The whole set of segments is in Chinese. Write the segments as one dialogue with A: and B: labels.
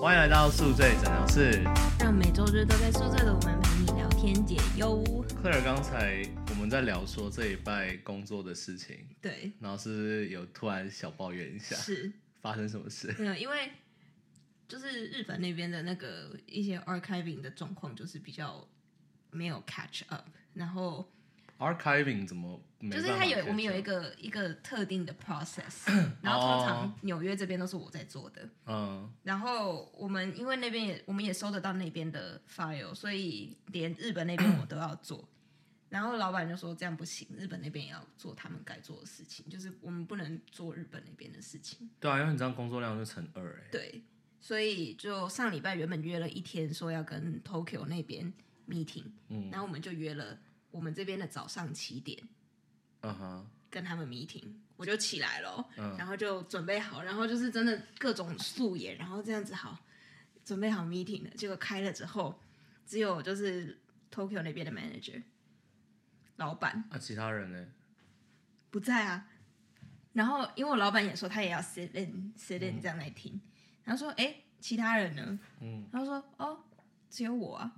A: 欢迎来到宿醉诊疗室。
B: 让每周日都在宿醉的我们陪你聊天解忧。
A: 克尔刚才我们在聊说这一拜工作的事情，
B: 对，
A: 然后是不是有突然小抱怨一下，
B: 是
A: 发生什么事？
B: 没有，因为就是日本那边的那个一些 archiving 的状况，就是比较没有 catch up，然后
A: archiving 怎么没
B: 就是
A: 办法
B: 它有
A: 解决
B: 我们有一个一个特定的 process，然后通
A: 哦
B: 常纽约这边都是我在做的，
A: 嗯
B: 然后我们因为那边也我们也收得到那边的 file，所以连日本那边我都要做。然后老板就说这样不行，日本那边也要做他们该做的事情，就是我们不能做日本那边的事情。
A: 对啊，因为你这样工作量就乘二哎、
B: 对，所以就上礼拜原本约了一天，说要跟 Tokyo 那边 meeting，、
A: 嗯
B: 然后我们就约了我们这边的早上七点
A: 嗯哼，
B: 跟他们 meeting，我就起来了，
A: 嗯
B: 然后就准备好，然后就是真的各种素颜，然后这样子好，准备好 meeting 了，结果开了之后，只有就是 Tokyo 那边的 manager 老板
A: 那、啊其他人 呢？
B: 不在啊，然后因为我老板也说他也要 sit in sit in 这样来听，然后说哎、诶其他人呢？
A: 嗯，
B: 他说哦只有我 啊，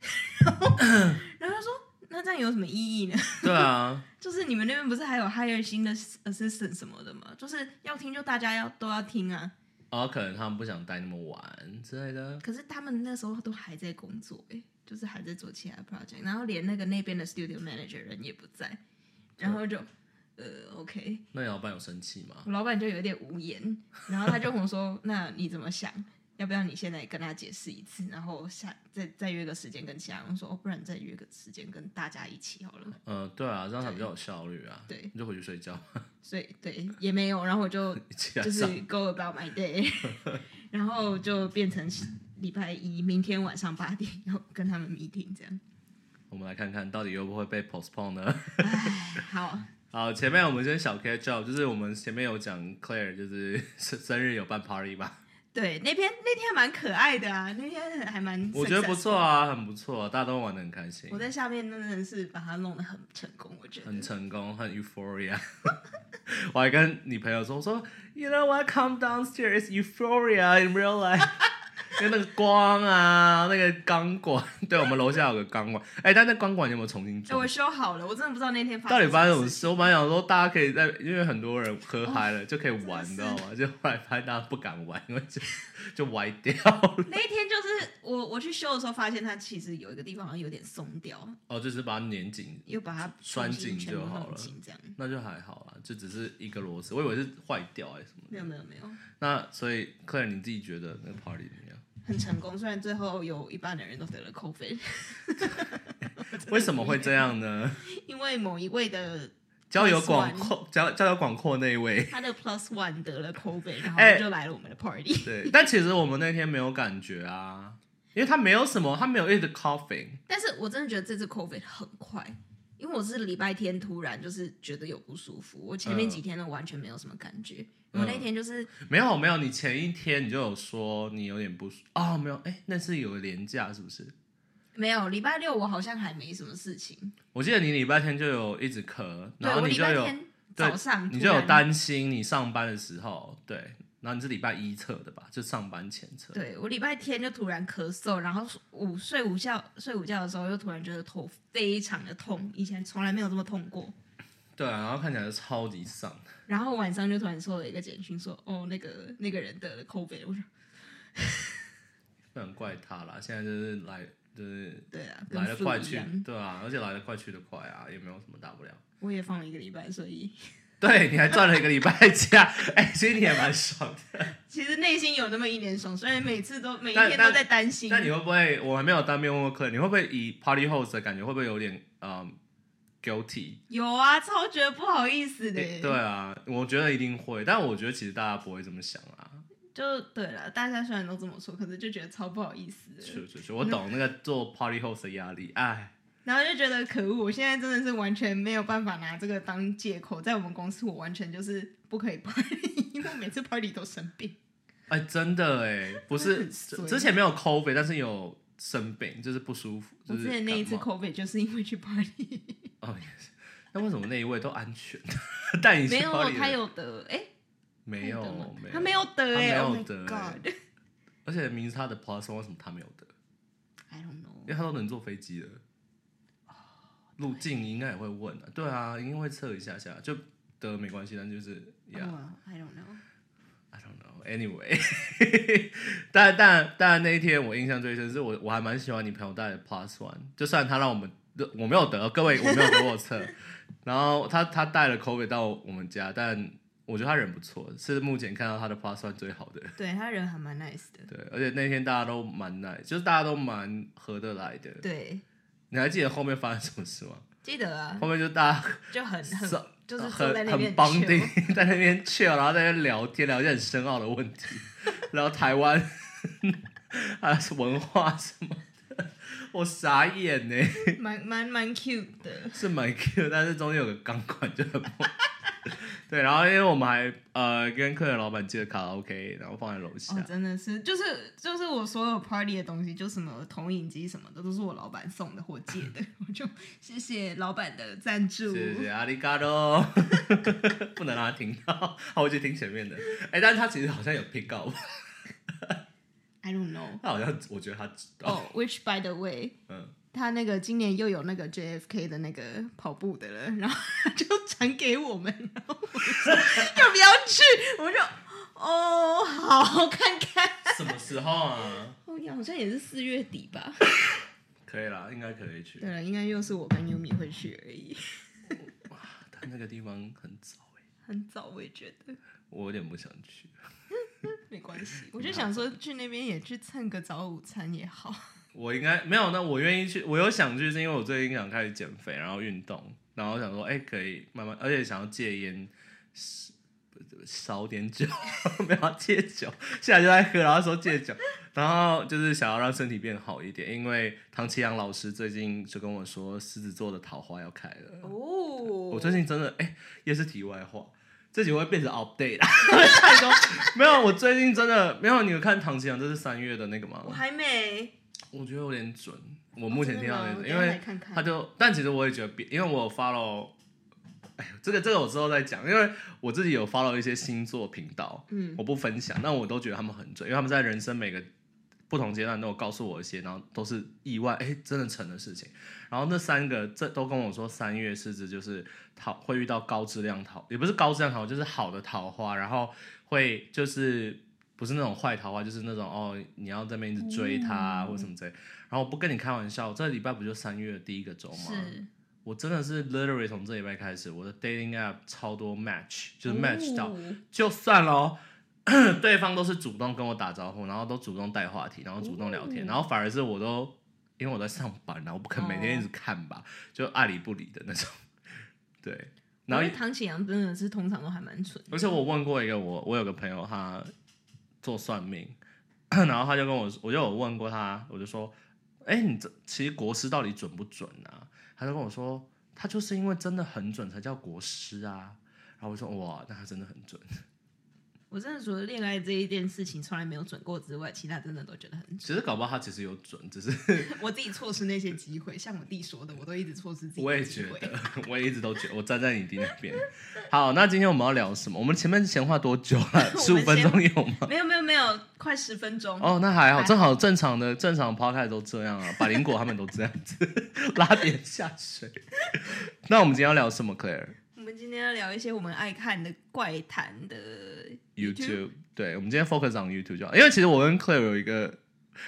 B: 然后他说那这样有什么意义呢？
A: 对啊，
B: 就是你们那边不是还有 hire 新的 assistant 什么的吗？就是要听就大家要都要听啊。
A: 然哦后可能他们不想待那么晚之类的。
B: 可是他们那时候都还在工作、欸，就是还在做其他 project，然后连那个那边的 studio manager 人也不在，然后就呃 OK，
A: 那你老板有生气吗？
B: 我老板就有点无言，然后他就跟我说：“ 那你怎么想？要不要你现在跟他解释一次，然后下再再约个时间跟其他人我说，哦，不然再约个时间跟大家一起好了。”
A: 嗯，对啊，这样才比较有效率啊。
B: 对
A: 你就回去睡觉，
B: 所以对也没有，然后我就
A: 起来
B: 就是
A: 上
B: go about my day，然后就变成礼拜一，明天晚上八点要跟他们 meeting 这样。
A: 我们来看看到底会不会被 postpone 呢？
B: 唉，好，
A: 好，前面我们先小 catch up，就是我们前面有讲 Claire 就是 生生日有办 party 吧，
B: 对，那天那天还蛮可爱的啊，那天还蛮
A: 我觉得
B: successful
A: 不错。啊，很不错、大家都玩的很开心
B: 我，在下面真的是把它弄得很成功，我觉得
A: 很成功，很 euphoria。我还跟你朋友说，我说 You know what? Come downstairs, euphoria in real life 。 因为那个光啊，那个钢管， 对我们楼下有个钢管，哎、但那钢管有没有重新
B: 哎，
A: 装
B: 我？修好了，我真的不知道那天发
A: 到底发生什么
B: 事。
A: 事？我本来想说大家可以在，因为很多人喝嗨了就可以玩，你
B: 真
A: 知
B: 的
A: 道
B: 是
A: 吗？就后来发现大家不敢玩，因为就 就歪掉。
B: 那一天就是我我去修的时候，发现它其实有一个地方好像有点松掉，
A: 哦，就是把它粘紧，
B: 又把它
A: 拴
B: 重
A: 紧
B: 新全部
A: 就好
B: 弄
A: 了
B: 紧这样
A: 那就还好啦，就只是一个螺丝，我以为是坏掉还是什么
B: 没
A: 的。
B: 有没有没有，
A: 那所以客人你自己觉得那个 party 怎么样？
B: 很成功，虽然最后有一半的人都得了 COVID，
A: 为什么会这样呢？
B: 因为某一位的
A: 交友
B: Plus
A: 广
B: one
A: 阔，交交友广阔那一位，
B: 他的 Plus One 得了 COVID，然
A: 哎
B: 后就来了我们的 party。
A: 对，但其实我们那天没有感觉啊，因为他没有什么，他没有一直 coughing，
B: 但是我真的觉得这次 COVID 很快，因为我是礼拜天突然就是觉得有不舒服，我前面
A: 嗯
B: 几天都完全没有什么感觉，
A: 嗯
B: 我那天就是
A: 没有没有，你前一天你就有说你有点不舒哦，没有，哎、那是有廉价是不是？
B: 没有礼拜六我好像还没什么事情，
A: 我记得你礼拜天就有一直咳，
B: 对
A: 然后
B: 我
A: 你
B: 礼
A: 就
B: 拜
A: 有
B: 天早上
A: 你
B: 突
A: 就有
B: 然
A: 担心你上班的时候，对，然后你是礼拜一测的吧？就上班前测，
B: 对我礼拜天就突然咳嗽，然后午睡午觉睡午觉的时候又突然觉得头非常的痛，以前从来没有这么痛过。
A: 对啊，然后看起来就超级丧，
B: 然后晚上就突然收了一个简讯说，哦，那个那个人得了 COVID。我说
A: 不能怪他啦。现在就是来就是
B: 对啊，跟
A: 来的快
B: flu 一
A: 去
B: 样，
A: 对啊，而且来的快去的快啊，也没有什么大不了。
B: 我也放了一个礼拜，所以
A: 对，你还赚了一个礼拜 假，哎、其实你也蛮爽的。
B: 其实内心有那么一点爽，虽然每次都每一
A: 但
B: 天
A: 但
B: 都在担心。
A: 那你会不会？我还没有当面问过客人，你会不会以 party host 的感觉，会不会有点嗯 guilty？
B: 有啊，超觉得不好意思的。欸
A: 对啊，我觉得一定会，但我觉得其实大家不会这么想啊。
B: 就对了，大家虽然都这么说，可是就觉得超不好意思的。
A: 是是是，我懂那个做 party host 的压力，哎，
B: 然后就觉得可恶，我现在真的是完全没有办法拿这个当借口，在我们公司我完全就是不可以 party，因为 我每次 party 都生病。
A: 哎，真的哎，不是
B: 很衰
A: 之前没有 COVID，但是有生病，就是不舒服。
B: 我
A: 就是
B: 之前那一次
A: 感冒
B: COVID 就是因为去 party，
A: 哦，也是那为什么那一位都安全？ 带你去
B: 没有
A: party 的
B: 他有得哎、
A: 没
B: 他
A: 有
B: 得吗
A: 没有
B: 他没有得哎、
A: 他
B: o
A: 没
B: h
A: 有
B: my
A: 得哎
B: God，
A: 而且明明是他的 plus one，为什么他没有得？
B: I don't
A: 因
B: know。
A: 为他都能坐飞机了。路径应该也会问啊，对啊，一定会测一下下，就得没关系，但就是呀、
B: 哇 I Oh don't know。
A: I don't know. Anyway，但但但那一天我印象最深是我我还蛮喜欢你朋友带的 Plus One，就算他让我们我没有得，各位我没有得我测，然后他他带了 COVID 到我们家，但我觉得他人不错，是目前看到他的 Plus One 最好的。
B: 对他人还蛮 nice 的。
A: 对，而且那天大家都蛮 nice，就是大家都蛮合得来的。
B: 对，
A: 你还记得后面发生什么事吗？
B: 记得啊，
A: 后面就大家
B: 就很很
A: 哦是
B: 就是坐在
A: 很
B: 那
A: 很
B: 边
A: 帮定
B: chill
A: 在那边 chill，然后在那边聊天，聊一些很深奥的问题， 聊台湾啊文化什么的，我傻眼呢，
B: 蛮蛮蛮 cute 的。
A: 是蛮 Q，但是中间有个钢管就很不对，然后因为我们还呃跟客人老板借了卡拉 OK，然后放在楼下，
B: 哦，真的是，就是就是我所有 party 的东西，就什么投影机什么的，都是我老板送的或借 的，我就谢谢老板的赞助。
A: 谢谢阿里嘎多， 不能让他听到， 他会去听前面的，哎、但是他其实好像有 pick up，
B: I don't know。
A: 他好像我觉得他知道，
B: 哦、w h i c h by the way，
A: 嗯。
B: 他那个今年又有那个 JFK 的那个跑步的了， 然后他就传给我们， 然后我说要不要去？我就哦，好看看。
A: 什么时候啊？
B: 后面好像也是四月底吧。
A: 可以啦，应该可以去。
B: 对了，应该又是我跟 Yumi 会去而已。
A: 但那个地方很早哎、
B: 很早我也觉得
A: 我有点不想去。
B: 没关系，我就想说去那边也去蹭个早午餐也好。
A: 我应该没有，那我愿意去。我有想去，是因为我最近想开始减肥，然后运动，然后想说，哎、可以慢慢，而且想要戒烟，少点酒， 没有啊戒酒，现在就在喝，然后说戒酒，然后就是想要让身体变好一点，因为唐奇阳老师最近就跟我说，狮子座的桃花要开了。
B: 哦，
A: 我
B: 我
A: 最近真的哎、也是题外话，这集会变成 update 啊。 太多没有，我最近真的没有。你有看唐奇阳这是三月的那个吗
B: 我？还没，
A: 我觉得有点准，我目前听到有
B: 哦真的吗
A: 点准，
B: 我
A: 因
B: 等一下来
A: 为
B: 看看
A: 他就，但其实我也觉得别，因为我有 follow，哎呦，这个这个我之后再讲，因为我自己有 follow 一些星座频道，
B: 嗯，
A: 我不分享，但我都觉得他们很准，因为他们在人生每个不同阶段都有告诉我一些，然后都是意外，哎，真的成的事情。然后那三个这都跟我说，三月狮子就是桃会遇到高质量桃，也不是高质量桃，就是好的桃花，然后会就是不是那种坏桃花，就是那种哦，你要在那边一直追他、或什
B: 嗯
A: 么之类。然后我不跟你开玩笑，这礼拜不就三月第一个周吗？
B: 是
A: 我真的是 literally 从这礼拜开始，我的 dating app 超多 match，就是 match 到。
B: 哦
A: 就算喽， 对方都是主动跟我打招呼，然后都主动带话题，然后主动聊天，然后反而是我都因为我在上班然后不可能每天一直看吧，就爱理不理的那种。 对，然
B: 我
A: 后
B: 觉得唐启阳真的是通常都还蛮蠢的，
A: 而且我问过一个我我有个朋友他做算命， 然后他就跟我我就有问过他，我就说，哎、你这其实国师到底准不准啊？他就跟我说，他就是因为真的很准才叫国师啊。然后我说哇，那他真的很准。
B: 我真的除了恋爱这一件事情从来没有准过之外，其他真的都觉得很
A: 其实搞不好他其实有准，只是
B: 蠢。我自己错失那些机会，像我弟说的，我都一直错失自己
A: 我也
B: 的机
A: 觉
B: 会。
A: 得， 我也一直都觉得，我站在你弟那边。好，那今天我们要聊什么？我们前面闲话多久了？
B: 我们
A: 十五分钟有 吗？
B: 没有没有没有，快十分钟。
A: 哦，那还
B: 还
A: 好，
B: 好
A: 正好正常的正常 p o d c a s t 都这样啊，百灵果他们都这样子， 拉点下 水。那我们今天要聊什么？Claire，YouTube，
B: 我们今天要聊一些我们爱看的怪谈的
A: 对，我们今天 focus on YouTube 就好，因为其实我跟 Claire 有一个，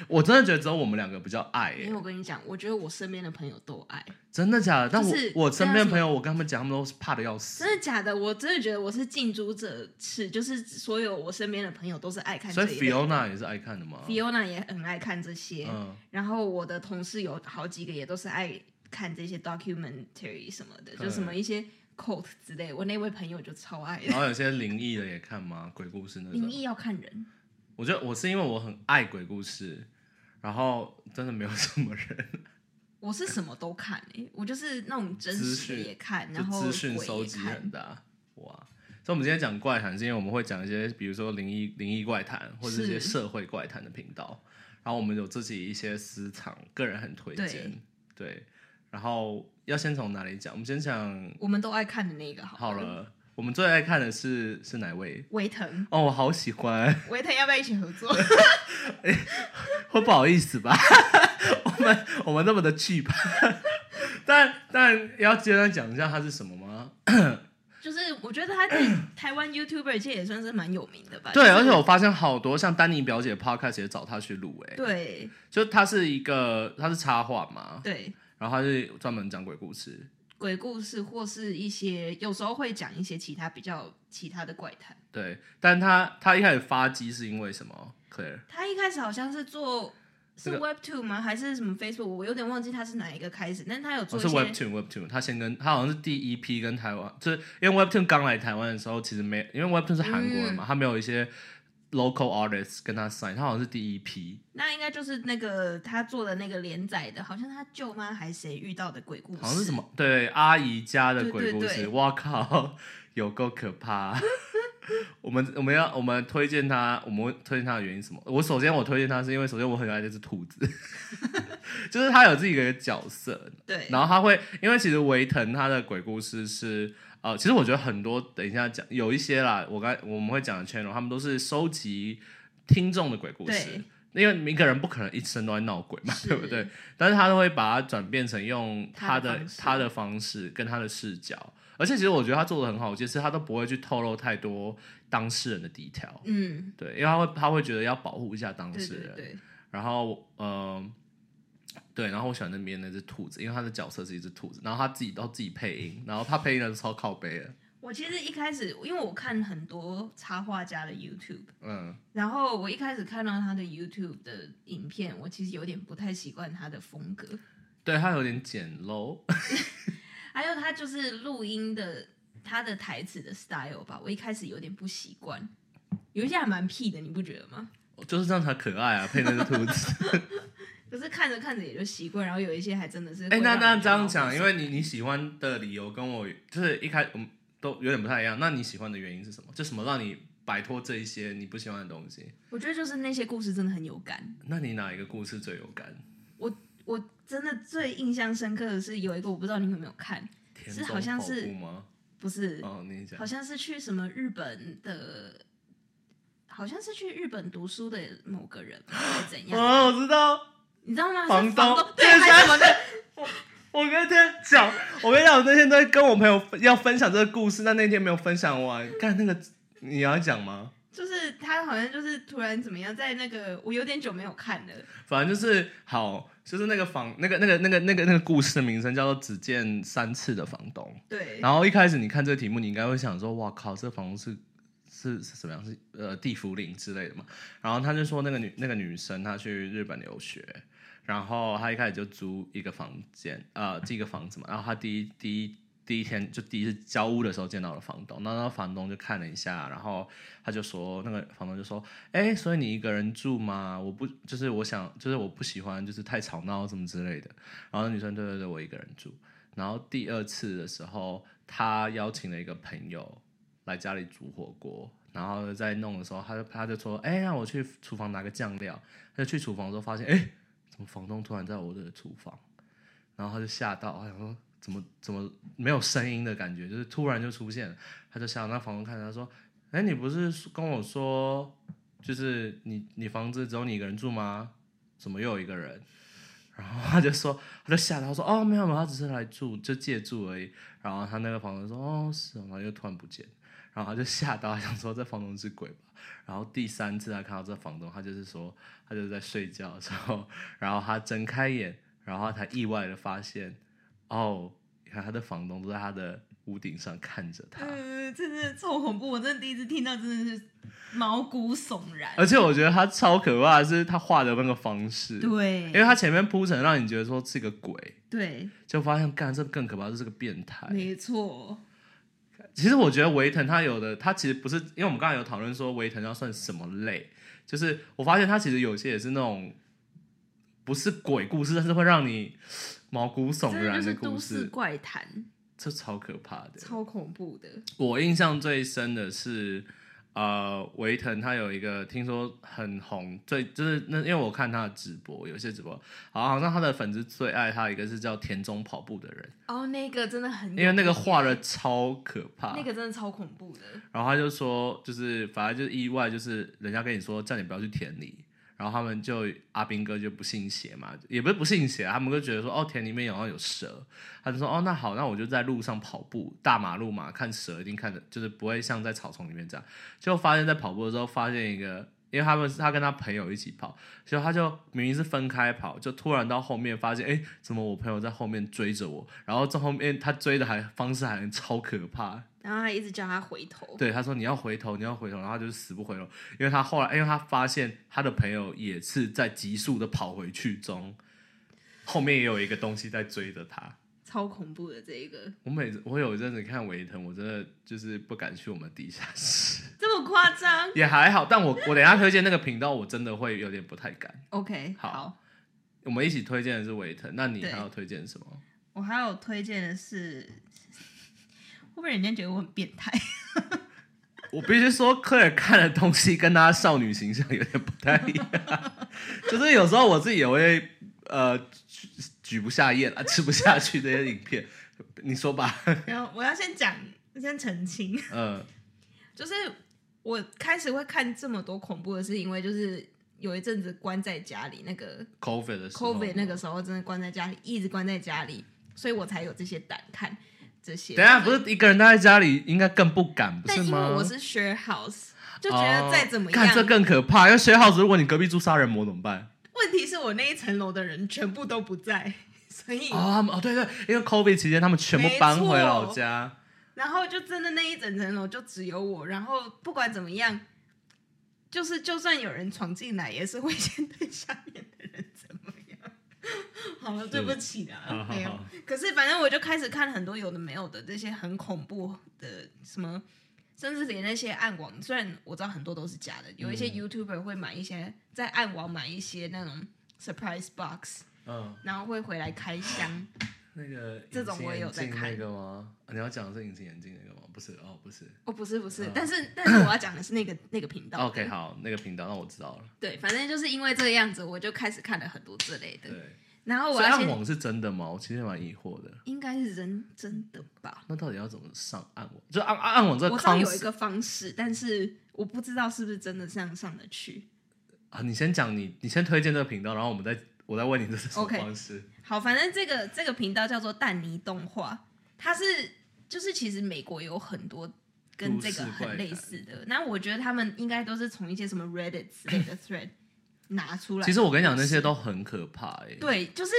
A: 我真的觉得只有我们两个比较爱、
B: 因
A: 耶
B: 为我跟你讲，我觉得我身边的朋友都爱，
A: 真的假的？但我、
B: 就是
A: 我身边
B: 这样子
A: 朋友，我跟他们讲，他们都是怕的要死，
B: 真的假的？我真的觉得我是近朱者赤，就是所有我身边的朋友都是爱看
A: 所
B: 这
A: 以
B: 一类。
A: Fiona 也是爱看的嘛。
B: Fiona 也很爱看这些，
A: 嗯。
B: 然后我的同事有好几个也都是爱看这些 documentary 什么的，
A: 对
B: 就什么一些 cult 之类。我那位朋友就超爱的，
A: 然后有些灵异的也看吗？鬼故事那
B: 灵
A: 种。
B: 异要看人，
A: 我觉得我是因为我很爱鬼故事，然后真的没有什么人，
B: 我是什么都看诶、我就是那种真
A: 资
B: 实的
A: 讯
B: 也看，
A: 就
B: 然后
A: 资讯
B: 鬼也
A: 收集
B: 看
A: 很大哇。所以我们今天讲怪谈，是因为我们会讲一些，比如说灵异灵异怪谈，或者一些
B: 是
A: 社会怪谈的频道。然后我们有自己一些私藏，个人很推荐。对，然后要先从哪里讲？我们先讲
B: 我们都爱看的那个好
A: 好
B: 了。
A: 了，我们最爱看的是是哪位？
B: 维腾，
A: 哦，我好喜欢，
B: 维腾要不要一起合作？
A: 会不好意思吧？ 我们我们那么的 cheap，但但要简单讲一下它是什么吗？
B: 就是我觉得 他在台湾 YouTuber 界也算是蛮有名的吧。
A: 对，
B: 就是
A: 而且我发现好多像丹尼表姐 podcast 也找她去录、欸，哎，
B: 对
A: 就她是一个她是插画嘛，
B: 对
A: 然后她是专门讲鬼故事，
B: 鬼故事或是一些有时候会讲一些其他比较其他的怪谈。
A: 对，但她她一开始发迹是因为什么？Claire，
B: 他一开始好像是做是
A: 这
B: Web Two 吗？还是什么 Facebook？我有点忘记他是哪一个开始，但他有
A: 我
B: 做
A: 哦是
B: 一些
A: Webtoon Webtoon，她先跟她好像是第一批跟台湾，就是因为 Webtoon 刚来台湾的时候，其实没因为 Webtoon 是韩国人嘛，她没有一些 local artists 跟她 sign，她好像是第一批，
B: 那应该就是那个他做的那个连载的，好像他舅妈还是谁遇到的鬼故事，
A: 好像是什？么对阿姨家的鬼故
B: 对对
A: 事，
B: 对
A: 哇靠，有够可怕。 我们我们要我们推荐他，我们会推荐他的原因是什么？我首先我推荐他是因为首先我很爱这只兔子， 就是他有自己的角色，
B: 对，
A: 然后他会因为其实维腾他的鬼故事是呃，其实我觉得很多等一下讲有一些啦，我刚我们会讲的 channel 他们都是收集听众的鬼故事
B: 对，
A: 因为一个人不可能一生都在闹鬼嘛，
B: 是
A: 对不对？但是他都会把它转变成用他
B: 他的
A: 的
B: 方式
A: 他的方式跟他的视角，而且其实我觉得他做的很好，就是他都不会去透露太多当事人的 detail，
B: 嗯，
A: 对，因为他会他会觉得要保护一下当
B: 对
A: 事人
B: 对，对，
A: 然后嗯、对，然后我喜欢那边那只兔子，因为他的角色是一只兔子，然后他自己都自己配音，然后他配音的超靠背的，
B: 我其实一开始因为我看很多插画家的 YouTube。
A: 嗯，
B: 然后我一开始看到他的 YouTube 的影片，我其实有点不太习惯他的风格，
A: 对他有点简陋，
B: 还有他就是录音的他的台词的 style 吧，我一开始有点不习惯，有一些还蛮屁的，你不觉得吗？
A: 就是这样才可爱啊，配那只兔子。
B: 可是看着看着也就习惯，然后有一些还真的是会
A: 哎、
B: 让人
A: 那
B: 觉得好笑，
A: 那这样讲，因为你你喜欢的理由跟我就是一开我们都有点不太一样，那你喜欢的原因是什么？就什么让你摆脱这一些你不喜欢的东西？
B: 我觉得就是那些故事真的很有感。
A: 那你哪一个故事最有感？
B: 我真的最印象深刻的是有一个，我不知道你有没有看，
A: 田
B: 是
A: 中
B: 好像
A: 跑
B: 是
A: 步吗？
B: 不是，
A: 哦，你讲
B: 好，像是去什么日本的，好像是去日本读书的某个人吧还是怎样，
A: 哦，我知道，
B: 你知道吗？是
A: 房东
B: 房东对
A: 对
B: 还是什么的，
A: 我跟天讲，我跟你讲，我那天都在跟我朋友要分享这个故事，但那天没有分享完。看那个，你要讲吗？
B: 就是他好像就是突然怎么样，在那个我有点久没有看了，
A: 反正就是好，就是那个房，那个那个那个那个那个故事的名称叫做《只见三次的房东》。
B: 对，
A: 然后一开始你看这个题目，你应该会想说：“哇靠，这房东是是是什么样？是呃地府灵之类的嘛？”然后他就说那个女那个女生她去日本留学，然后她一开始就租一个房间，呃，这个房子嘛。然后她第一第一第一天就第一次交屋的时候见到了房东，然后那房东就看了一下，然后他就说那个房东就说：“哎，所以你一个人住吗？我不就是我想就是我不喜欢就是太吵闹什么之类的。”然后那女生对对对，我一个人住。然后第二次的时候，他邀请了一个朋友来家里煮火锅，然后在弄的时候，他就他就说：“哎、让我去厨房拿个酱料。”他就去厨房的时候发现，哎、怎么房东突然在我的厨房？然后他就吓到，他想说怎么怎么没有声音的感觉，就是突然就出现了，他就吓到。那房东看着他说：“哎、你不是跟我说，就是你你房子只有你一个人住吗？怎么又有一个人？” 然后他就说，他就吓到，他说：“哦，没有没有，他只是来住，就借住而已。”然后他那个房东说：“哦，是哦。”然后又突然不见，然后他就吓到，他想说这房东是鬼吧。然后第三次他看到这房东，他就是说他就是在睡觉的时候，然后他睁开眼，然后他才意外的发现，哦，原来他的房东都在他的屋顶上看着他。
B: 嗯，真的超恐怖，我真的第一次听到，真的是毛骨悚然，
A: 而且我觉得他超可怕的是他画的那个方式，因为
B: 对
A: 他前面铺陈让你觉得说是个鬼，
B: 对，
A: 就发现干这更可怕，这是个变态。
B: 没错，
A: 其实我觉得维腾他有的，他其实不是，因为我们刚才有讨论说维腾要算什么类，就是我发现他其实有些也是那种不是鬼故事，但是会让你毛骨悚
B: 真的就
A: 然
B: 是
A: 的
B: 都
A: 故
B: 市
A: 事，
B: 怪谈，
A: 这超可怕的。
B: 超恐怖的，
A: 我印象最深的是，呃，维腾他有一个听说很红，最就是那因为我看他的直播，有些直播，好好像他的粉丝最爱他一个是叫田中跑步的人，
B: 哦，那个真的很有名，
A: 因为那个画的啊超可怕，
B: 那个真的超恐怖的，
A: 然后他就说，就是反正就是意外，就是人家跟你说叫你不要去田里，然后他们就阿兵哥就不信邪嘛，也不是不信邪，他们就觉得说哦田里面好像有蛇，他就说哦那好，那我就在路上跑步，大马路嘛，看蛇一定看的，就是不会像在草丛里面这样。结果发现，在跑步的时候发现一个。因为他们是他跟他朋友一起跑，结果他就明明是分开跑，就突然到后面发现，哎，怎么我朋友在后面追着我？然后在后面他追的还方式还超可怕，
B: 然后还一直叫他回头，
A: 对，他说你要回头，你要回头，然后他就是死不回头，因为他后来，因为他发现他的朋友也是在急速的跑回去中，后面也有一个东西在追着他。
B: 超恐怖的这一个，
A: 我每次我有一阵子看维腾，我真的就是不敢去我们地下室，
B: 这么夸张
A: 也还好。但我我等一下推荐那个频道，我真的会有点不太敢。
B: ？OK，
A: 好
B: 好
A: 我们一起推荐的是维腾，那你
B: 对
A: 还要推荐什么？
B: 我还有推荐的是， 会不会人家觉得我很变态？
A: 我必须说，科尔看的东西跟他少女形象有点不太一样， 就是有时候我自己也会呃举举不下咽啊，吃不下去这些影片。你说吧，
B: 然后我要先讲，先澄清，
A: 呃，
B: 就是我开始会看这么多恐怖的，是因为就是有一阵子关在家里，那个
A: COVID 的时候
B: COVID 那个时候真的关在家里，一直关在家里，所以我才有这些胆看这些。
A: 等一下不是一个人待在家里，应该更不敢，不
B: 但
A: 是
B: 因为
A: 吗？哦
B: 我是 share house，就觉得再怎么
A: 看、
B: 样，
A: 干这更可怕。因为 share house，如果你隔壁住杀人魔怎么办？
B: 问题是我那一层楼的人全部都不在，所以、
A: 哦，他们哦，对对，因为 COVID 期间他们全部
B: 没
A: 搬回
B: 错
A: 老家，
B: 然后就真的那一整层楼就只有我，然后不管怎么样，就是就算有人闯进来，也是会先对下面的人怎么样。好了，对不起
A: 好
B: 啊，
A: 好
B: 没有
A: 好。
B: 可是反正我就开始看很多有的没有的这些很恐怖的什么，甚至连那些暗网，虽然我知道很多都是假的，有一
A: 嗯
B: 些 YouTuber 会买一些在暗网买一些那种 surprise box，
A: 嗯，
B: 然后会回来开箱。
A: 那个
B: 这种
A: 隐形
B: 我也有
A: 眼镜
B: 在看
A: 那个吗？啊你要讲的是隐形眼镜那个吗？不是哦，不是。
B: 哦，不是不是，
A: 嗯
B: 但是但是我要讲的是那个那个频道。
A: OK，好，那个频道那我知道了。
B: 对，反正就是因为这个样子，我就开始看了很多这类的。
A: 对，
B: 然后
A: 所
B: 我
A: 以
B: 要
A: 暗
B: 先，
A: 网是真的吗？我其实蛮疑惑的。
B: 应该是人真的吧？
A: 那到底要怎么上暗网？就暗暗暗网这
B: 我
A: 个
B: 知道
A: 康
B: 有一个方式，但是我不知道是不是真的这样上得去。
A: 啊，你先讲你，你先推荐这个频道，然后我们再我再问你这是什么
B: OK
A: 方式。
B: 好，反正这个这个频道叫做蛋泥动画，它是就是其实美国有很多跟这个
A: 都市怪
B: 很
A: 谈
B: 类似的。那我觉得他们应该都是从一些什么 Reddit 之类的 thread 拿出来。
A: 其实我跟你讲，那些都很可怕哎、欸。，
B: 对，就是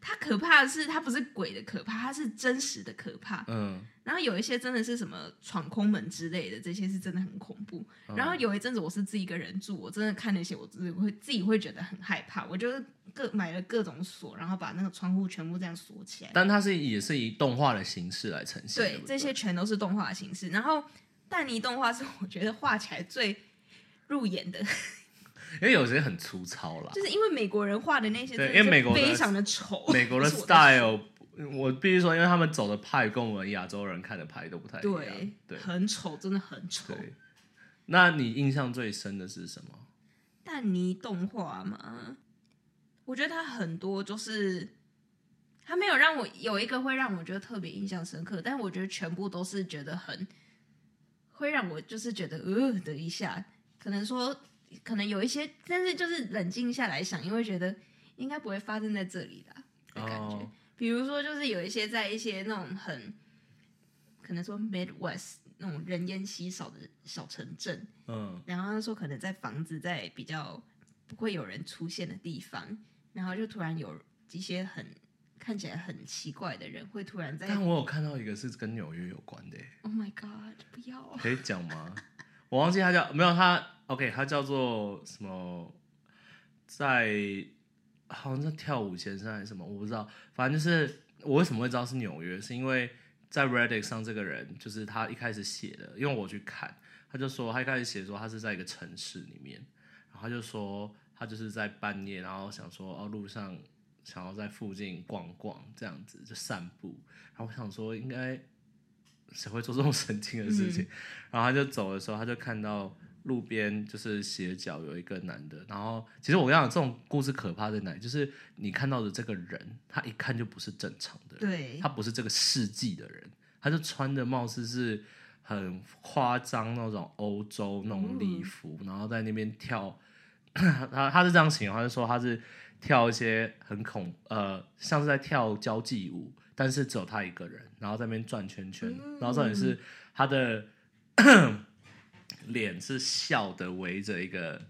B: 它可怕的是，它不是鬼的可怕，它是真实的可怕。
A: 嗯，
B: 然后有一些真的是什么闯空门之类的，这些是真的很恐怖。
A: 嗯
B: 然后有一阵子我是自己一个人住，我真的看那些，我自己会自己会觉得很害怕。我就是各买了各种锁，然后把那个窗户全部这样锁起来。
A: 但它是也是以动画的形式来呈现。对
B: 对
A: 不，对，
B: 这些全都是动画的形式。然后但尼动画是我觉得画起来最入眼的，
A: 因为有些很粗糙啦
B: 就。是因为美国人画的那些
A: 对
B: 真
A: 因
B: 的
A: 为
B: 是
A: 美国的
B: 非常的丑，
A: 美国的
B: 是我的
A: style，我必须说，因为他们走的派跟我们亚洲人看的派都不太一样
B: 对。，
A: 对
B: 很丑，真的很丑。
A: 对。那你印象最深的是什么？
B: 但尼动画嘛，我觉得它很多就是，它没有让我有一个会让我觉得特别印象深刻，但我觉得全部都是觉得很会让我就是觉得呃的一下，可能说可能有一些，但是就是冷静下来想，因为觉得应该不会发生在这里啦的感觉。
A: 哦
B: 比如说，就是有一些在一些那种很可能说 Midwest 那种人烟稀少的小城镇，
A: 嗯，
B: 然后他说可能在房子在比较不会有人出现的地方，然后就突然有一些很看起来很奇怪的人会突然在
A: 但我有看到一个是跟纽约有关的欸，
B: ，Oh my God，不要啊！
A: 可以讲吗？我忘记它叫没有它 OK，它叫做什么，在好像叫跳舞先生还是什么，我不知道。反正就是我为什么会知道是纽约，是因为在 Reddit 上这个人，就是他一开始写的，因为我去看，他就说他一开始写说他是在一个城市里面，然后他就说他就是在半夜，然后想说哦路上想要在附近逛逛这样子就散步，然后我想说应该谁会做这种神经的事情？然后他就走的时候，他就看到路边就是斜角有一个男的，然后其实我跟你讲，这种故事可怕在哪里？就是你看到的这个人，他一看就不是正常的人。
B: 对，
A: 他不是这个世纪的人，他就穿的貌似是很夸张那种欧洲那种礼服，然后在那边跳。 他他是这样形容，他就说他是跳一些很恐呃，像是在跳交际舞，但是只有他一个人，然后在那边转圈圈，然后重点是他的 脸是笑的，围着一个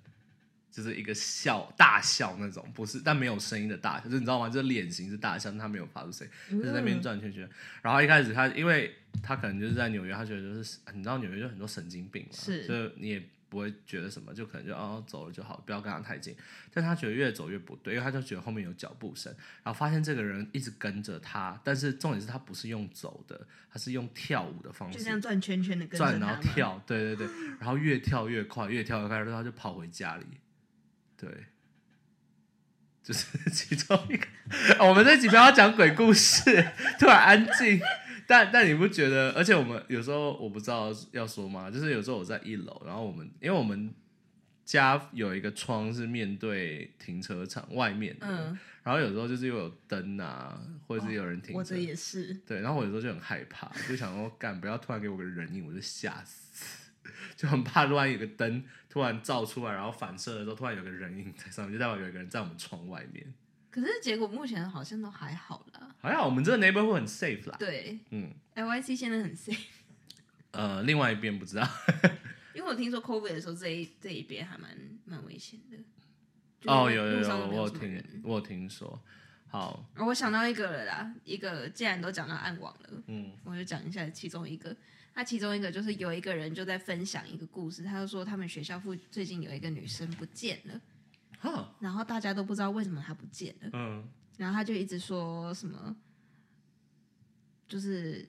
A: 就是一个笑大笑那种，不是但没有声音的大笑，就是你知道吗？就是脸型是大笑，但他没有发出声音。
B: 嗯
A: 就在那边转圈圈。然后一开始他，因为他可能就是在纽约，他觉得就是你知道纽约就很多神经病嘛，
B: 是
A: 就你也不会觉得什么，就可能就哦走了就好，不要跟他太近。但他觉得越走越不对，因为他就觉得后面有脚步声，然后发现这个人一直跟着他，但是重点是他不是用走的，他是用跳舞的方
B: 就
A: 式
B: 这样转圈圈的跟着
A: 转，
B: 他
A: 然后，
B: 嘛
A: 跳，对对对，然后越跳越快，越跳越快，然后他就跑回家里，对，就是 其中一个。我们这几不要讲鬼故事，突然安静。但但你不觉得？而且我们有时候我不知道要说吗？就是有时候我在一楼，然后我们因为我们家有一个窗是面对停车场外面的，
B: 嗯，哦
A: 然后有时候就是又有灯啊，或者是有人停车，
B: 我这也是，
A: 对，然后我有时候就很害怕，就想说干，不要突然给我个人影，我就吓死， 就很怕突然有个灯突然照出来，然后反射的时候突然有个人影在上面，就代表有一个人在我们窗外面。
B: 可是结果目前好像都还好啦。
A: 还好我们这个 neighborhood 很 safe 啦。
B: 对
A: 嗯，
B: ，LYC 现在很 safe，
A: 呃，另外一边不知道。
B: 因为我听说 COVID 的时候，这一这一边还蛮蛮危险的。就是
A: 哦，有有
B: 路上都没
A: 我有
B: 什么人
A: 听，我有听说。好，
B: 哦我想到一个了啦，一个既然都讲到暗网了，
A: 嗯，
B: 我就讲一下其中一个。他其中一个就是有一个人就在分享一个故事，他就说他们学校附最近有一个女生不见了，
A: 哈，
B: 然后大家都不知道为什么她不见了，
A: 嗯，
B: 然后他就一直说什么，就是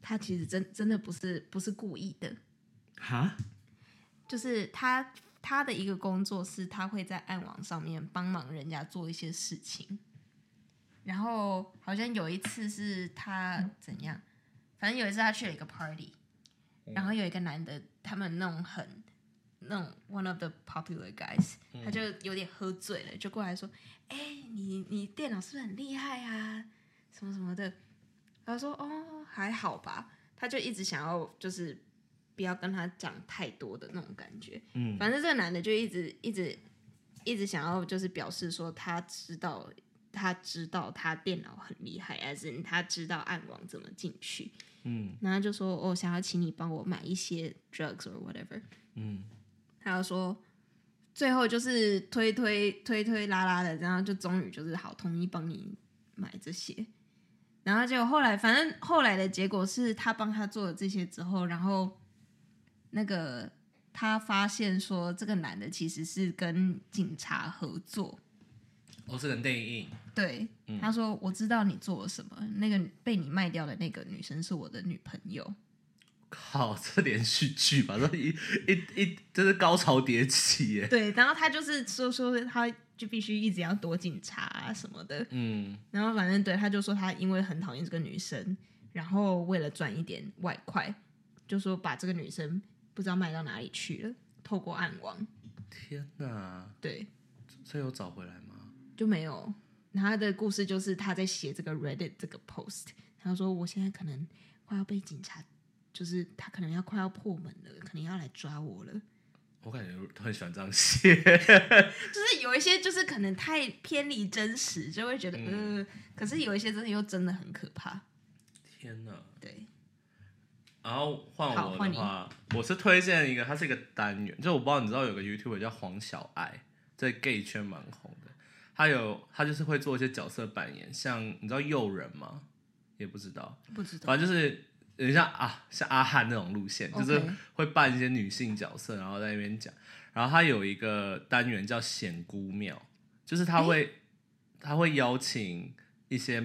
B: 他其实真真的不是不是故意的，
A: 哈，
B: 就是他他的一个工作是，他会在暗网上面帮忙人家做一些事情。然后好像有一次是他怎样，反正有一次他去了一个 party，然后有一个男的，他们那种很那种 one of the popular guys，他就有点喝醉了，就过来说：“哎、你你电脑是不是很厉害啊？什么什么的。”他说：“哦，还好吧。”他就一直想要就是不要跟他讲太多的那种感觉。
A: 嗯，
B: 反正这个男的就一直一直一直想要就是表示说他知道他知道他电脑很厉害，还是他知道暗网怎么进去。
A: 嗯，
B: 然后就说哦，想要请你帮我买一些 drugs or whatever。
A: 嗯，
B: 他就说。最后就是推推推推拉拉的，然后就终于就是好同意帮你买这些，然后结果后来反正后来的结果是他帮他做了这些之后，然后那个他发现说，这个男的其实是跟警察合作。
A: 我哦是个内应。
B: 对，他说：“我知道你做了什么，那个被你卖掉的那个女生是我的女朋友。
A: 靠，这连续剧吧，这一一一，这是高潮迭起”耶。
B: 对，然后他就是说说他就必须一直要躲警察、啊、什么的。
A: 嗯，
B: 然后反正对他就说他因为很讨厌这个女生，然后为了赚一点外快，就说把这个女生不知道卖到哪里去了，透过暗网。
A: 天哪，
B: 对，
A: 这有找回来吗？
B: 就没有。然后他的故事就是他在写这个 Reddit 这个 post，他说我现在可能快要被警察，就是他可能要快要破门了，可能要来抓我了。
A: 我感觉都很喜欢这样写。
B: 就是有一些就是可能太偏离真实，就会觉得嗯、呃可是有一些真的又真的很可怕。
A: 天哪！
B: 对，
A: 然后换
B: 好
A: 我
B: 换
A: 的
B: 你
A: 话，我是推荐一个，它是一个单元，就我不知道你知道有个 YouTuber 叫黄小爱，在 gay 圈蛮红的。他有他就是会做一些角色扮演，像你知道诱人吗？也不知道，
B: 不知道。
A: 反正就是有点像啊，像阿汉那种路线，就
B: OK
A: 是会扮一些女性角色，然后在那边讲。然后他有一个单元叫显姑庙，就是他会、他会邀请一些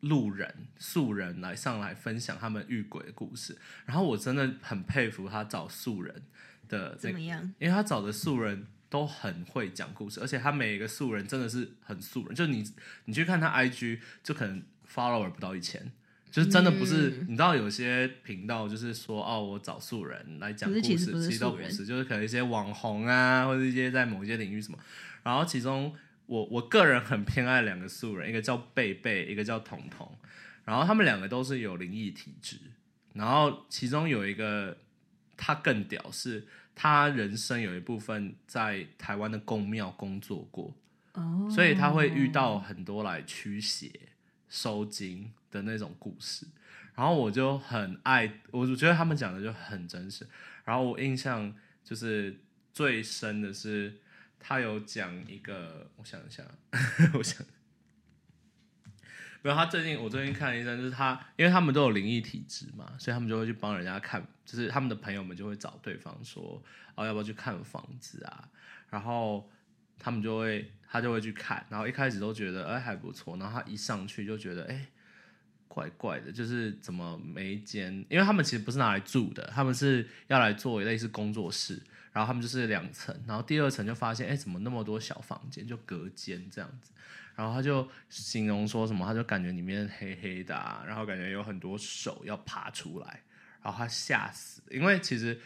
A: 路人素人来上来分享他们遇鬼的故事。然后我真的很佩服他找素人的那
B: 怎么样？
A: 因为他找的素人都很会讲故事，而且他每一个素人真的是很素人，就你你去看他 IG，就可能 follower 不到一千，就是真的不是，你知道有些频道就是说哦，我找素人来讲
B: 可
A: 故事，
B: 是其
A: 其
B: 实不是
A: 实都
B: 素
A: 不
B: 人
A: 是，就是可能一些网红啊，或者一些在某些领域什么。然后其中我我个人很偏爱两个素人，一个叫贝贝，一个叫彤彤。然后他们两个都是有灵异体质，然后其中有一个他更屌是，他人生有一部分在台湾的公庙工作过，
B: 哦，
A: 所以他会遇到很多来驱邪、收金的那种故事。然后我就很爱，我就觉得他们讲的就很真实。然后我印象就是最深的是，他有讲一个，我想一下， 我想，没有。他最近我最近看了医生，就是他，因为他们都有灵异体质嘛，所以他们就会去帮人家看，就是他们的朋友们就会找对方说，哦，要不要去看房子啊？然后他们就会他就会去看，然后一开始都觉得哎、还不错，然后他一上去就觉得哎、怪怪的，就是怎么每一间，因为他们其实不是拿来住的，他们是要来做类似工作室，然后他们就是两层，然后第二层就发现哎、怎么那么多小房间，就隔间这样子。然后他就形容说什么，他就感觉里面黑黑的、啊，然后感觉有很多手要爬出来，然后他吓死，因为其实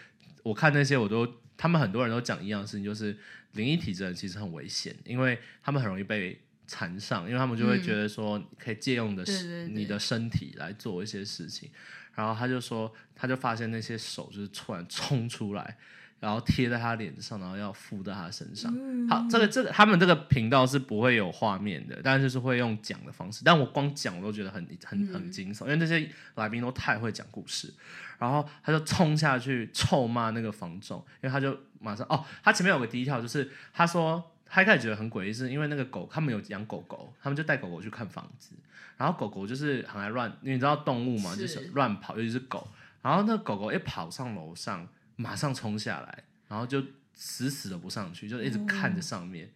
A: 我看那些我都，他们很多人都讲一样的事情，就是灵异体质的人其实很危险，因为他们很容易被缠上，因为他们就会觉得说可以借用你的、
B: 对对对
A: 你的身体来做一些事情，然后他就说，他就发现那些手就是突然冲出来。然后贴在他脸上，然后要附在他身上。
B: 嗯
A: 好，这个这个他们这个频道是不会有画面的，但是就是会用讲的方式。但我光讲我都觉得很很很惊悚，因为那些来宾都太会讲故事。然后他就冲下去臭骂那个房仲，因为他就马上哦，他前面有个第一条就是他说他一开始觉得很诡异，是因为那个狗他们有养狗狗，他们就带狗狗去看房子，然后狗狗就是很爱乱，因为你知道动物嘛，
B: 是
A: 就是乱跑，尤其是狗，然后那狗狗一跑上楼上，马上冲下来，然后就死死的不上去，就一直看着上面，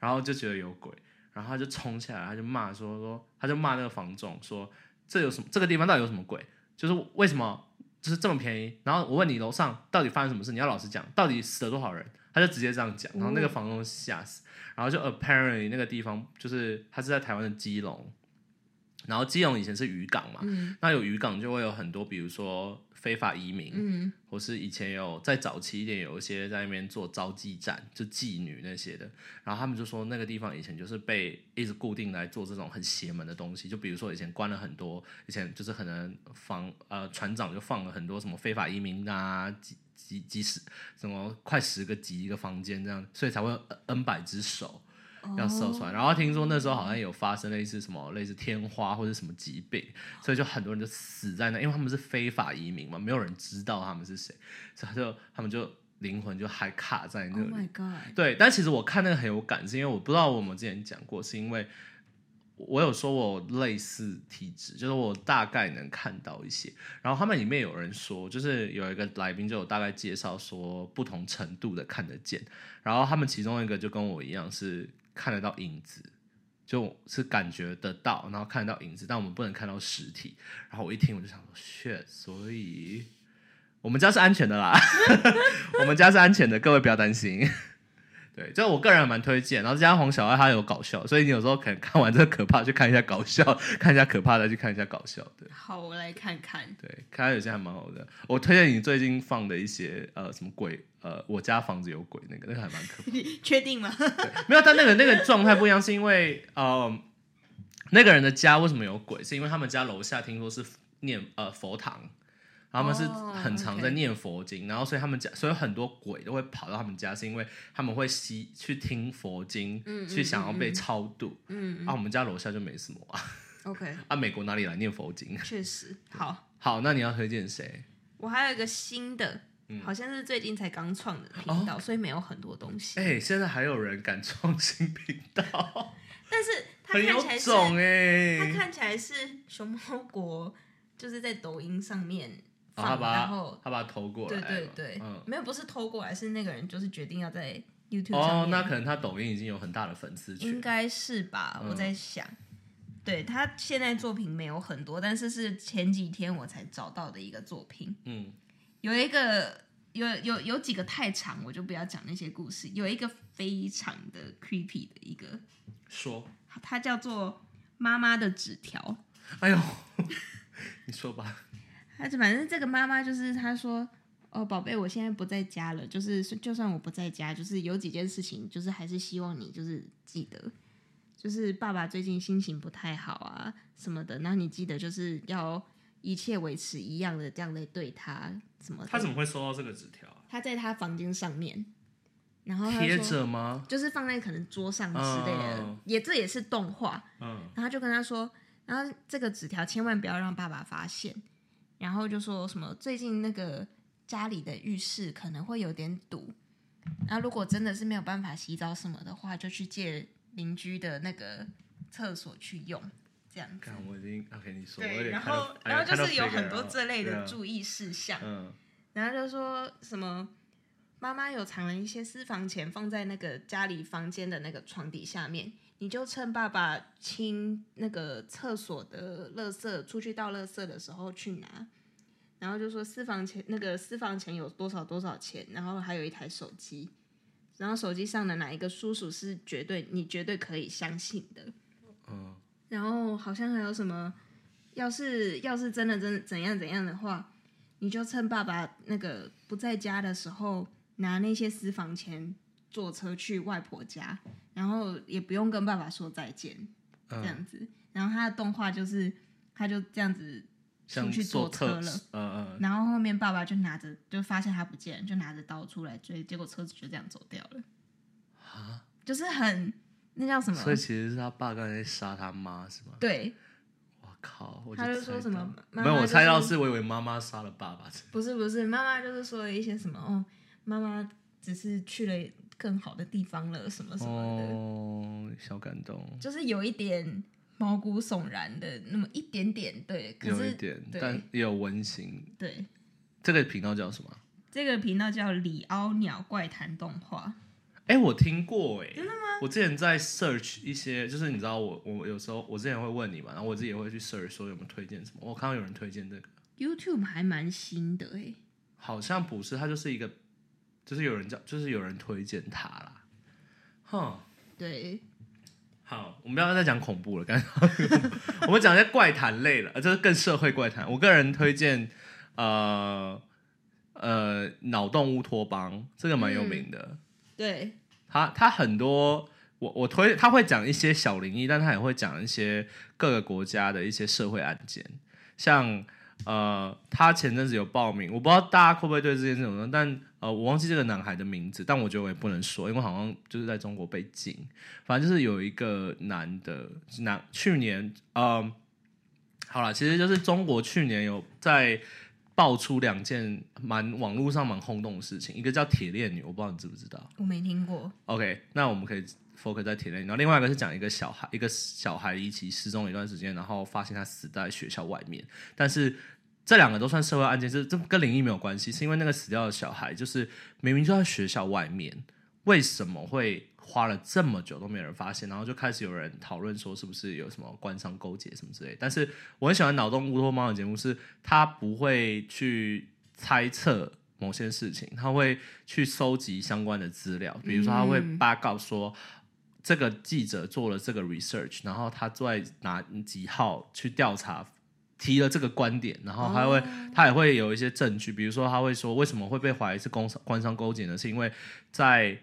A: 然后就觉得有鬼，然后他就冲下来，他就骂说说，他就骂那个房仲说这有什么这个地方到底有什么鬼？就是为什么就是这么便宜？然后我问你楼上到底发生什么事，你要老实讲，到底死了多少人？他就直接这样讲，然后那个房东吓死，然后就 apparently 那个地方就是他是在台湾的基隆，然后基隆以前是渔港嘛，
B: 嗯
A: 那有渔港就会有很多，比如说非法移民，
B: 嗯，
A: 或是以前有再早期一点，有一些在那边做招妓站，就妓女那些的。然后他们就说那个地方以前就是被一直固定来做这种很邪门的东西，就比如说以前关了很多，以前就是可能防呃船长就放了很多什么非法移民啊，几几几十什么快十个几一个房间这样，所以才会有 N 百只手。
B: 嗯
A: 要
B: 哦
A: 射出来。然后听说那时候好像有发生类似什么类似天花或者什么疾病，所以就很多人就死在那，因为他们是非法移民嘛，没有人知道他们是谁，所以他就他们就灵魂就还卡在那
B: ，Oh
A: 里。
B: my god，
A: 对，但其实我看那个很有感，是因为我不知道我们之前讲过，是因为我有说我类似体质，就是我大概能看到一些。然后他们里面有人说，就是有一个来宾就有大概介绍说不同程度的看得见，然后他们其中一个就跟我一样是看得到影子。就是感觉得到，然后看得到影子，但我们不能看到实体。然后我一听我就想说，shit，所以我们家是安全的啦， 我们家是安全的，各位不要担心。对，这我个人还蛮推荐，然后加上黄小爱她有搞笑，所以你有时候可能看完这个可怕，去看一下搞笑，看一下可怕再去看一下搞笑，对
B: 好，我来看看。
A: 对，看来有些还蛮好的。我推荐你最近放的一些呃什么鬼呃，我家房子有鬼那个，那个还蛮可怕
B: 确定吗？
A: 没有，但那个那个状态不一样，是因为呃，那个人的家为什么有鬼？是因为他们家楼下听说是念呃佛堂，然后他们
B: 哦
A: 是很常
B: OK
A: 在念佛经然后所以他们家所以很多鬼都会跑到他们家，是因为他们会吸去听佛经，
B: 嗯嗯
A: 去想要被超度。
B: 嗯
A: 啊，我们家楼下就没什么啊，
B: ，OK，
A: 啊，美国哪里来念佛经？
B: 确实好。
A: 好，那你要推荐谁？
B: 我还有一个新的，
A: 嗯
B: 好像是最近才刚创的频道，所以没有很多东西。
A: 哦哎、现在还有人敢创新频道，
B: 但是它
A: 很
B: 看
A: 有
B: 起来是，
A: 种哎、
B: 它看起来是熊猫国，就是在抖音上面
A: 哦他
B: 放，
A: 把
B: 然后
A: 他他把它投过来
B: 对
A: 了，
B: 对对，
A: 嗯。
B: 没有不是偷过来，是那个人就是决定要在 YouTube
A: 哦
B: 上，面，
A: 那可能他抖音已经有很大的粉丝
B: 应
A: 群。
B: 该是吧？我在想，对他现在作品没有很多，但是是前几天我才找到的一个作品，
A: 嗯，
B: 有一个有有有几个太长，我就不要讲那些故事，有一个非常的 creepy 的一个，
A: 说，
B: 它叫做。妈妈的纸条，
A: 哎呦， 你说吧，
B: 他就反正这个妈妈就是她说，哦，宝贝，我现在不在家了，就是就算我不在家，就是有几件事情，就是还是希望你就是记得，就是爸爸最近心情不太好啊什么的，然后你记得就是要一切维持一样的这样的对他什么的。
C: 他怎么会收到这个纸条啊？
B: 他在他房间上面，然后他
A: 贴
B: 说
A: 着吗？
B: 就是放在可能桌上之类的，
A: 嗯
B: 也这也是动画。
C: 嗯，
B: 然后就跟他说，然后这个纸条千万不要让爸爸发现，然后就说什么最近那个家里的浴室可能会有点堵，然后如果真的是没有办法洗澡什么的话，就去借邻居的那个厕所去用，这样子。
A: 看我已经 OK，你说，我有
B: 对，
A: 点哎
B: 然
A: 看到
B: 后然后就是有很多这类，
A: 哎
B: 的
A: 呀看到 figure 了
B: 注意事项
A: 对啊，嗯，
B: 然后就说什么妈妈有藏了一些私房钱放在那个家里房间的那个床底下面，你就趁爸爸清那个厕所的垃圾出去倒垃圾的时候去拿。然后就说私房钱那个私房钱有多少多少钱，然后还有一台手机，然后手机上的哪一个叔叔是绝对你绝对可以相信的。
A: 嗯，
B: 然后好像还有什么，要是要是真的真怎样怎样的话，你就趁爸爸那个不在家的时候，拿那些私房钱坐车去外婆家，然后也不用跟爸爸说再见，
A: 嗯
B: 这样子。然后他的动画就是，他就这样子，
A: 像
B: 出去
A: 做
B: 坐
A: 特
B: 车了，
A: 嗯嗯，
B: 然后后面爸爸就拿着，就发现他不见了，就拿着刀出来追，结果车子就这样走掉了。就是很那叫什么？
A: 所以其实是他爸刚才在杀他妈是吗？
B: 对，
A: 我靠，我
B: 他就
A: 猜
B: 说什么
A: 到
B: 妈妈
A: 没有，我
B: 就是
A: 猜到是我以为妈妈杀了爸爸，
B: 不是不是，妈妈就是说了一些什么哦，妈妈只是去了更好的地方了，什么什么的，
A: 哦，小感动，
B: 就是有一点毛骨悚然的那么一点点，对，可
A: 有一
B: 是
A: 点，
B: 对
A: 但也有温馨。
B: 对，
A: 这个频道叫什么？
B: 这个频道叫李敖鸟怪谈动画，
A: 哎、我听过哎、真的吗？我之前在 search 一些，就是你知道我我有时候我之前会问你嘛，然后我自己也会去 search 说有没有推荐什么，我看到有人推荐这个，
B: YouTube 还蛮新的欸诶，
A: 好像不是，它就是一个，就是有人叫，就是有人推荐它啦，哼。
B: 对，
A: 好，我们不要再讲恐怖了，刚刚 我们讲一些怪谈类了，呃就是更社会怪谈。我个人推荐，呃呃，脑洞乌托邦这个蛮有名的，
B: 对，
A: 他他很多。我我推他会讲一些小灵异，但他也会讲一些各个国家的一些社会案件，像呃，他前阵子有报名，我不知道大家会不会对这件事有什么，但呃，我忘记这个男孩的名字，但我觉得我也不能说，因为好像就是在中国被禁。反正就是有一个男的男，去年嗯，好了，其实就是中国去年有在爆出两件蛮网络上蛮轰动的事情，一个叫铁链女，我不知道你知不知道。
B: 我没听过，
A: OK，那我们可以 focus 在体内，然后另外一个是讲一个小孩，一个小孩离奇失踪一段时间，然后发现他死在学校外面，但是。这两个都算社会案件，这这跟灵异没有关系，是因为那个死掉的小孩，就是明明就在学校外面，为什么会花了这么久都没有人发现？然后就开始有人讨论说，是不是有什么官商勾结什么之类的但是我很喜欢脑洞乌托邦的节目，是他不会去猜测某些事情，他会去收集相关的资料，比如说他会
B: 嗯
A: 八告说。这个记者做了这个 research，然后他在哪几号去调查，提了这个观点，然后他会、他也会有一些证据，比如说他会说为什么会被怀疑是工商官商勾结呢？是因为在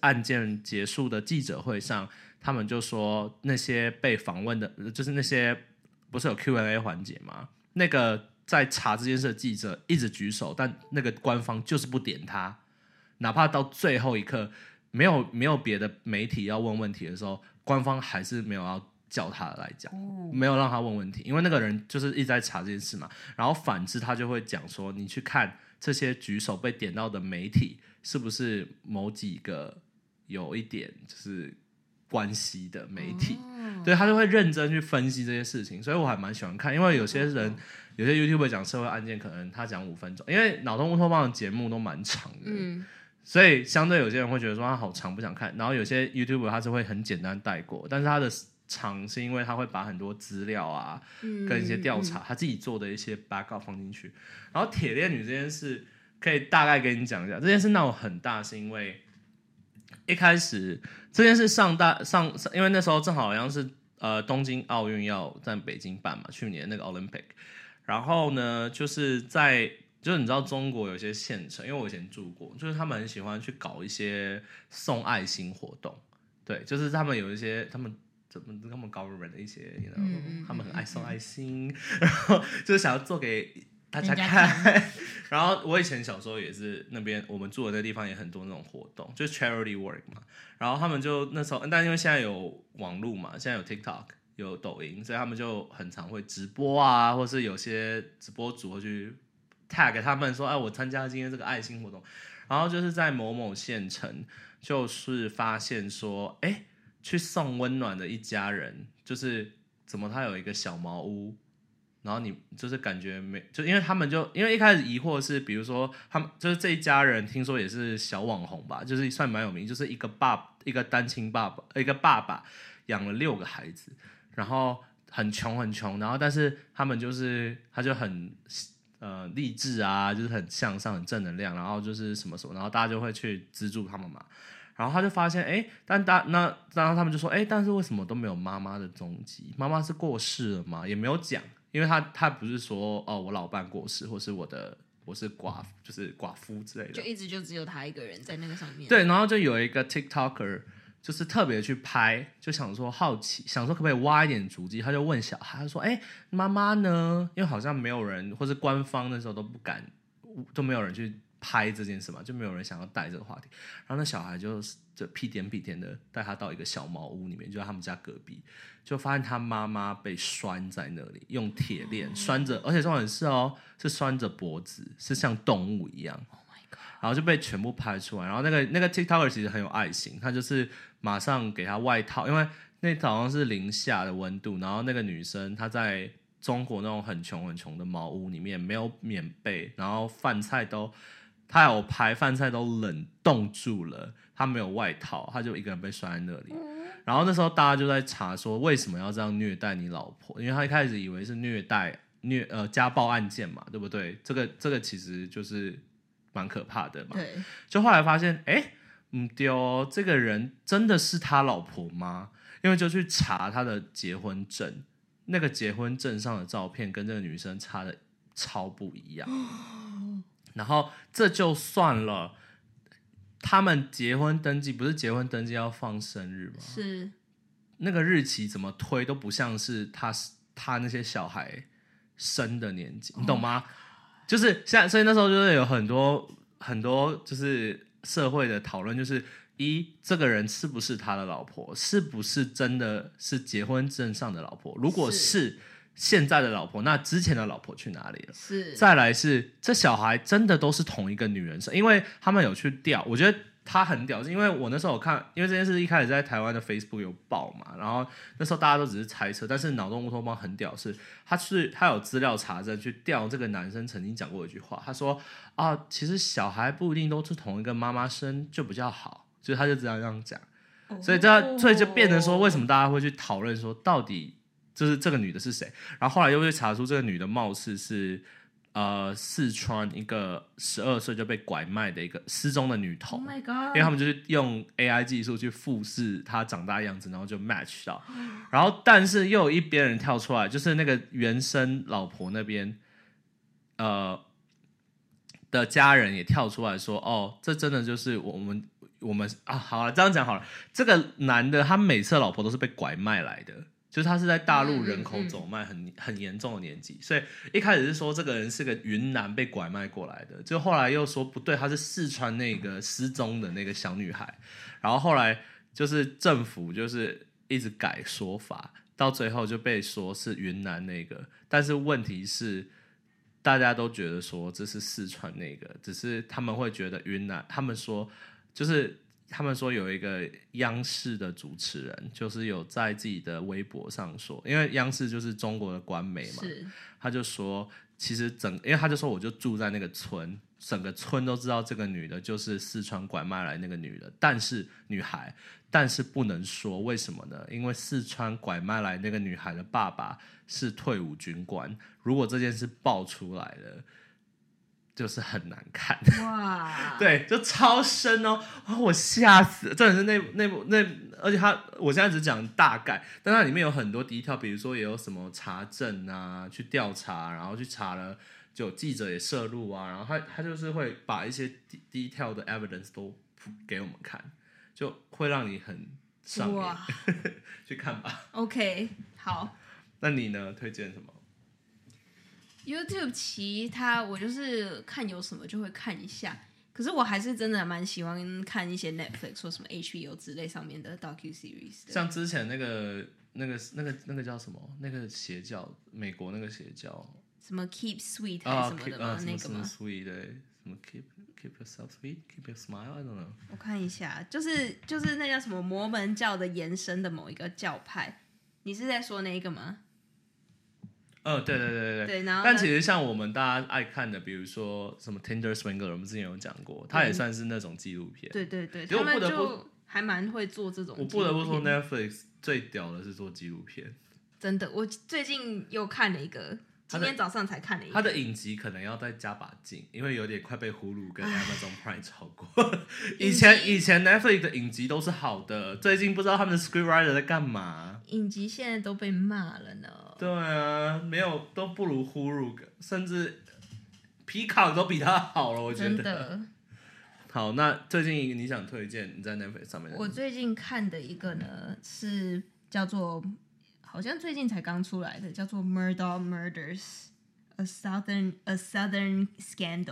A: 案件结束的记者会上，他们就说那些被访问的，呃就是那些不是有 Q&A 环节吗？那个在查这件事的记者一直举手，但那个官方就是不点他，哪怕到最后一刻没有没有别的媒体要问问题的时候，官方还是没有要叫他来讲，没有让他问问题，因为那个人就是一直在查这件事嘛。然后反之，他就会讲说，你去看这些举手被点到的媒体是不是某几个有一点就是关系的媒体。
B: 哦
A: 对他就会认真去分析这些事情，所以我还蛮喜欢看，因为有些人有些 YouTube 讲社会案件，可能他讲五分钟，因为脑洞乌托邦的节目都蛮长的，
B: 嗯，
A: 所以相对有些人会觉得说他好长不想看，然后有些 YouTube 他是会很简单带过，但是他的长是因为他会把很多资料啊
B: 嗯
A: 跟一些调查、他自己做的一些 backup 放进去，然后铁链女这件事可以大概跟你讲一下，这件事闹很大是因为一开始这件事上大上上，因为那时候正好好像是呃东京奥运要在北京办嘛，去年那个 Olympic，然后呢，就是在就是你知道中国有些县城，因为我以前住过，就是他们很喜欢去搞一些送爱心活动，对，就是他们有一些他们。怎么他们 government 的一些，你知道
B: 嗯嗯，
A: 他们很爱送
B: 嗯嗯
A: 爱心，然后就是想要做给大家
B: 人家
A: 看。 然后我以前小时候也是那边，我们住的那地方也很多那种活动，就是 charity work 嘛。然后他们就那时候，但因为现在有网络嘛，现在有 TikTok 有抖音，所以他们就很常会直播啊，或是有些直播主会去 tag 他们说，哎，我参加今天这个爱心活动。然后就是在某某县城，就是发现说，哎，去送温暖的一家人，就是怎么他有一个小茅屋，然后你就是感觉没，就因为他们就因为一开始疑惑是，比如说他们就是这一家人，听说也是小网红吧，就是算蛮有名，就是一个爸一个单亲爸爸，一个爸爸养了六个孩子，然后很穷很穷，然后但是他们就是他就很呃励志啊，就是很向上很正能量，然后就是什么什么，然后大家就会去资助他们嘛。然后他就发现，哎，但大那然后他们就说，哎，但是为什么都没有妈妈的踪迹？妈妈是过世了吗？也没有讲，因为他他不是说哦，我老伴过世，或是我的我是寡就是寡妇之类的
B: 就，一直就只有他一个人在那个上面。
A: 对，然后就有一个 TikToker，就是特别去拍，就想说好奇，想说可不可以挖一点足迹，他就问小孩，他说：“哎、妈妈呢？”因为好像没有人，或是官方那时候都不敢，都没有人去拍这件事嘛，就没有人想要带这个话题。然后那小孩就是就屁颠屁颠的带他到一个小茅屋里面，就在他们家隔壁，就发现他妈妈被拴在那里，用铁链拴着，而且重点是哦，是拴着脖子，是像动物一样。
B: ，Oh my god，
A: 然后就被全部拍出来。然后那个那个 TikToker 其实很有爱心，他就是马上给他外套，因为那好像是零下的温度。然后那个女生她在中国那种很穷很穷的茅屋里面没有棉被，然后饭菜都她有拍饭菜都冷冻住了，她没有外套，她就一个人被拴在那里。然后那时候大家就在查说为什么要这样虐待你老婆，因为她一开始以为是虐待虐呃家暴案件嘛，对不对？这个这个其实就是蛮可怕的嘛。
B: 对，
A: 就后来发现，哎、嗯丢、哦，这个人真的是他老婆吗？因为就去查他的结婚证，那个结婚证上的照片跟这个女生差的超不一样。然后这就算了，他们结婚登记不是结婚登记要放生日吗？
B: 是
A: 那个日期怎么推都不像是他他那些小孩生的年纪，你懂吗？就是现在，所以那时候就是有很多很多就是社会的讨论，就是一这个人是不是他的老婆，是不是真的是结婚证上的老婆？如果
B: 是
A: 是现在的老婆，那之前的老婆去哪里了？
B: 是，
A: 再来是这小孩真的都是同一个女人生，因为他们有去调，我觉得他很屌，是因为我那时候有看，因为这件事一开始在台湾的 Facebook 有爆嘛，然后那时候大家都只是猜测，但是脑洞乌托邦很屌是，他是他有资料查证去调这个男生曾经讲过一句话，他说啊，其实小孩不一定都是同一个妈妈生就比较好，就是他就这样这样讲。所以这
B: 哦
A: 样所以就变成说，为什
B: 么？
A: 么大家会去讨论说到底就是这个女的是谁？然后后来又被查出这个女的貌似是呃四川一个十二岁就被拐卖的一个失踪的女
B: Oh
A: 童。
B: my
A: 因为
B: god！
A: 他们就是用 AI 技术去复制她长大的样子，然后就 match 到，
B: 嗯
A: 然后但是又有一边人跳出来，就是那个原生老婆那边，呃的家人也跳出来说，哦，这真的就是我们我们啊，好了，这样讲好了，这个男的他每次的老婆都是被拐卖来的。就是他是在大陆人口
B: 嗯嗯嗯
A: 走卖很很严重的年纪，所以一开始是说这个人是个云南被拐卖过来的，就后来又说不对，她是四川那个失踪的那个小女孩，然后后来就是政府就是一直改说法，到最后就被说是云南那个，但是问题是大家都觉得说这是四川那个，只是他们会觉得云南，他们说就是。他们说有一个央视的主持人，就是有在自己的微博上说，因为央视就是中国的官媒嘛，
B: 是
A: 他就说，其实整，因为他就说我就住在那个村，整个村都知道这个女的就是四川拐卖来那个女的，但是女孩，但是不能说为什么呢？因为四川拐卖来那个女孩的爸爸是退伍军官，如果这件事爆出来了。就是很难看。
B: 哇，，
A: 对，就超深哦，啊、我吓死了！真的是那那部那，而且它我现在只讲大概，但它里面有很多 detail，比如说也有什么查证啊，去调查，然后去查了，就有记者也摄入啊，然后他他就是会把一些 d- detail 的 evidence 都给我们看，就会让你很上瘾，
B: 哇
A: 去看吧。
B: ，OK，好。
A: 那你呢？推荐什么？
B: YouTube 其他我就是看有什么就会看一下，可是我还是真的蛮喜欢看一些 Netflix 或什么 HBO 之类上面的 docu series 的。
A: 像之前那个那个那个那个叫什么？那个邪教，美国那个邪教。
B: 什么 Keep Sweet 还
A: 啊
B: 是什么的
A: keep-
B: 吗？
A: 啊，什
B: 那
A: 么
B: 个
A: 什么
B: 吗？
A: sweet 对，什么 keep keep yourself sweet, keep your smile, I don't know。
B: 我看一下，就是就是那叫什么摩门教的延伸的某一个教派，你是在说那一个吗？
A: 哦，对对对对对。
B: 对，然后
A: 但
B: 呢
A: 其实像我们大家爱看的，比如说什么 Tinder Swinger，我们之前有讲过，它
B: 嗯
A: 也算是那种纪录片。
B: 对对对，
A: 其实我
B: 他们
A: 不得不
B: 就还蛮会做这种。
A: 我不得不说，，Netflix 最屌的是做纪录片，
B: 真的，我最近又看了一个，
A: 他
B: 今
A: 的
B: 天早上才看了一
A: 它
B: 个。
A: 的影集可能要再加把劲，因为有点快被呼噜跟 Amazon Prime 超过。以前以前 Netflix 的影集都是好的，最近不知道他们的 Screenwriter 在干嘛。
B: 影集现在都被骂了呢。
A: 对啊，没有都不如呼噜，甚至皮卡都比他好了，我觉
B: 真
A: 得。
B: 的，
A: 好，那最近你想推荐你在 Netflix 上面的
B: 我最近看的一个呢是叫做，好像最近才刚出来的，叫做《Murder Murders: A Southern A Southern Scandal》。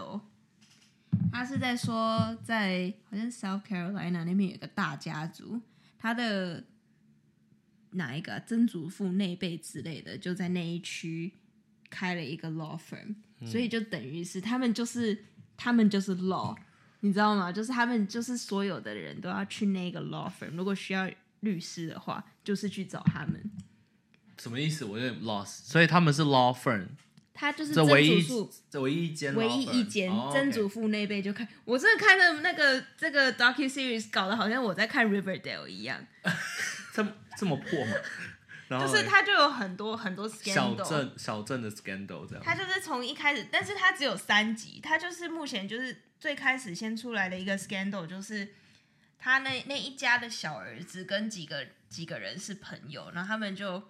B: 他是在说在，好像 South Carolina 那边有一个大家族，他的哪一个啊曾祖父、内辈之类的，就在那一区开了一个 law firm，、所以就等于是他们就是他们就是 law，你知道吗？就是他们就是所有的人都要去那个 law firm，如果需要律师的话，就是去找他们。
A: 什么意思？我有点 lost。所以他们是 law firm，
B: 他就是
A: 这
B: 曾
A: 唯
B: 祖
A: 一
B: 父。
A: 这唯一一间 law
B: 唯
A: firm，
B: 一一间
A: 哦
B: 曾
A: OK
B: 祖父那辈就看，我真的看了那个这个 docu series，搞得好像我在看 Riverdale 一样，
A: 这么这么破嘛？然后
B: 就是
A: 嘞
B: 他就有很多很多
A: 小
B: scandal，
A: 镇小镇的 scandal 这样。
B: 他就是从一开始，但是他只有三集，他就是目前就是最开始先出来的一个 scandal，就是他那那一家的小儿子跟几个几个人是朋友，然后他们就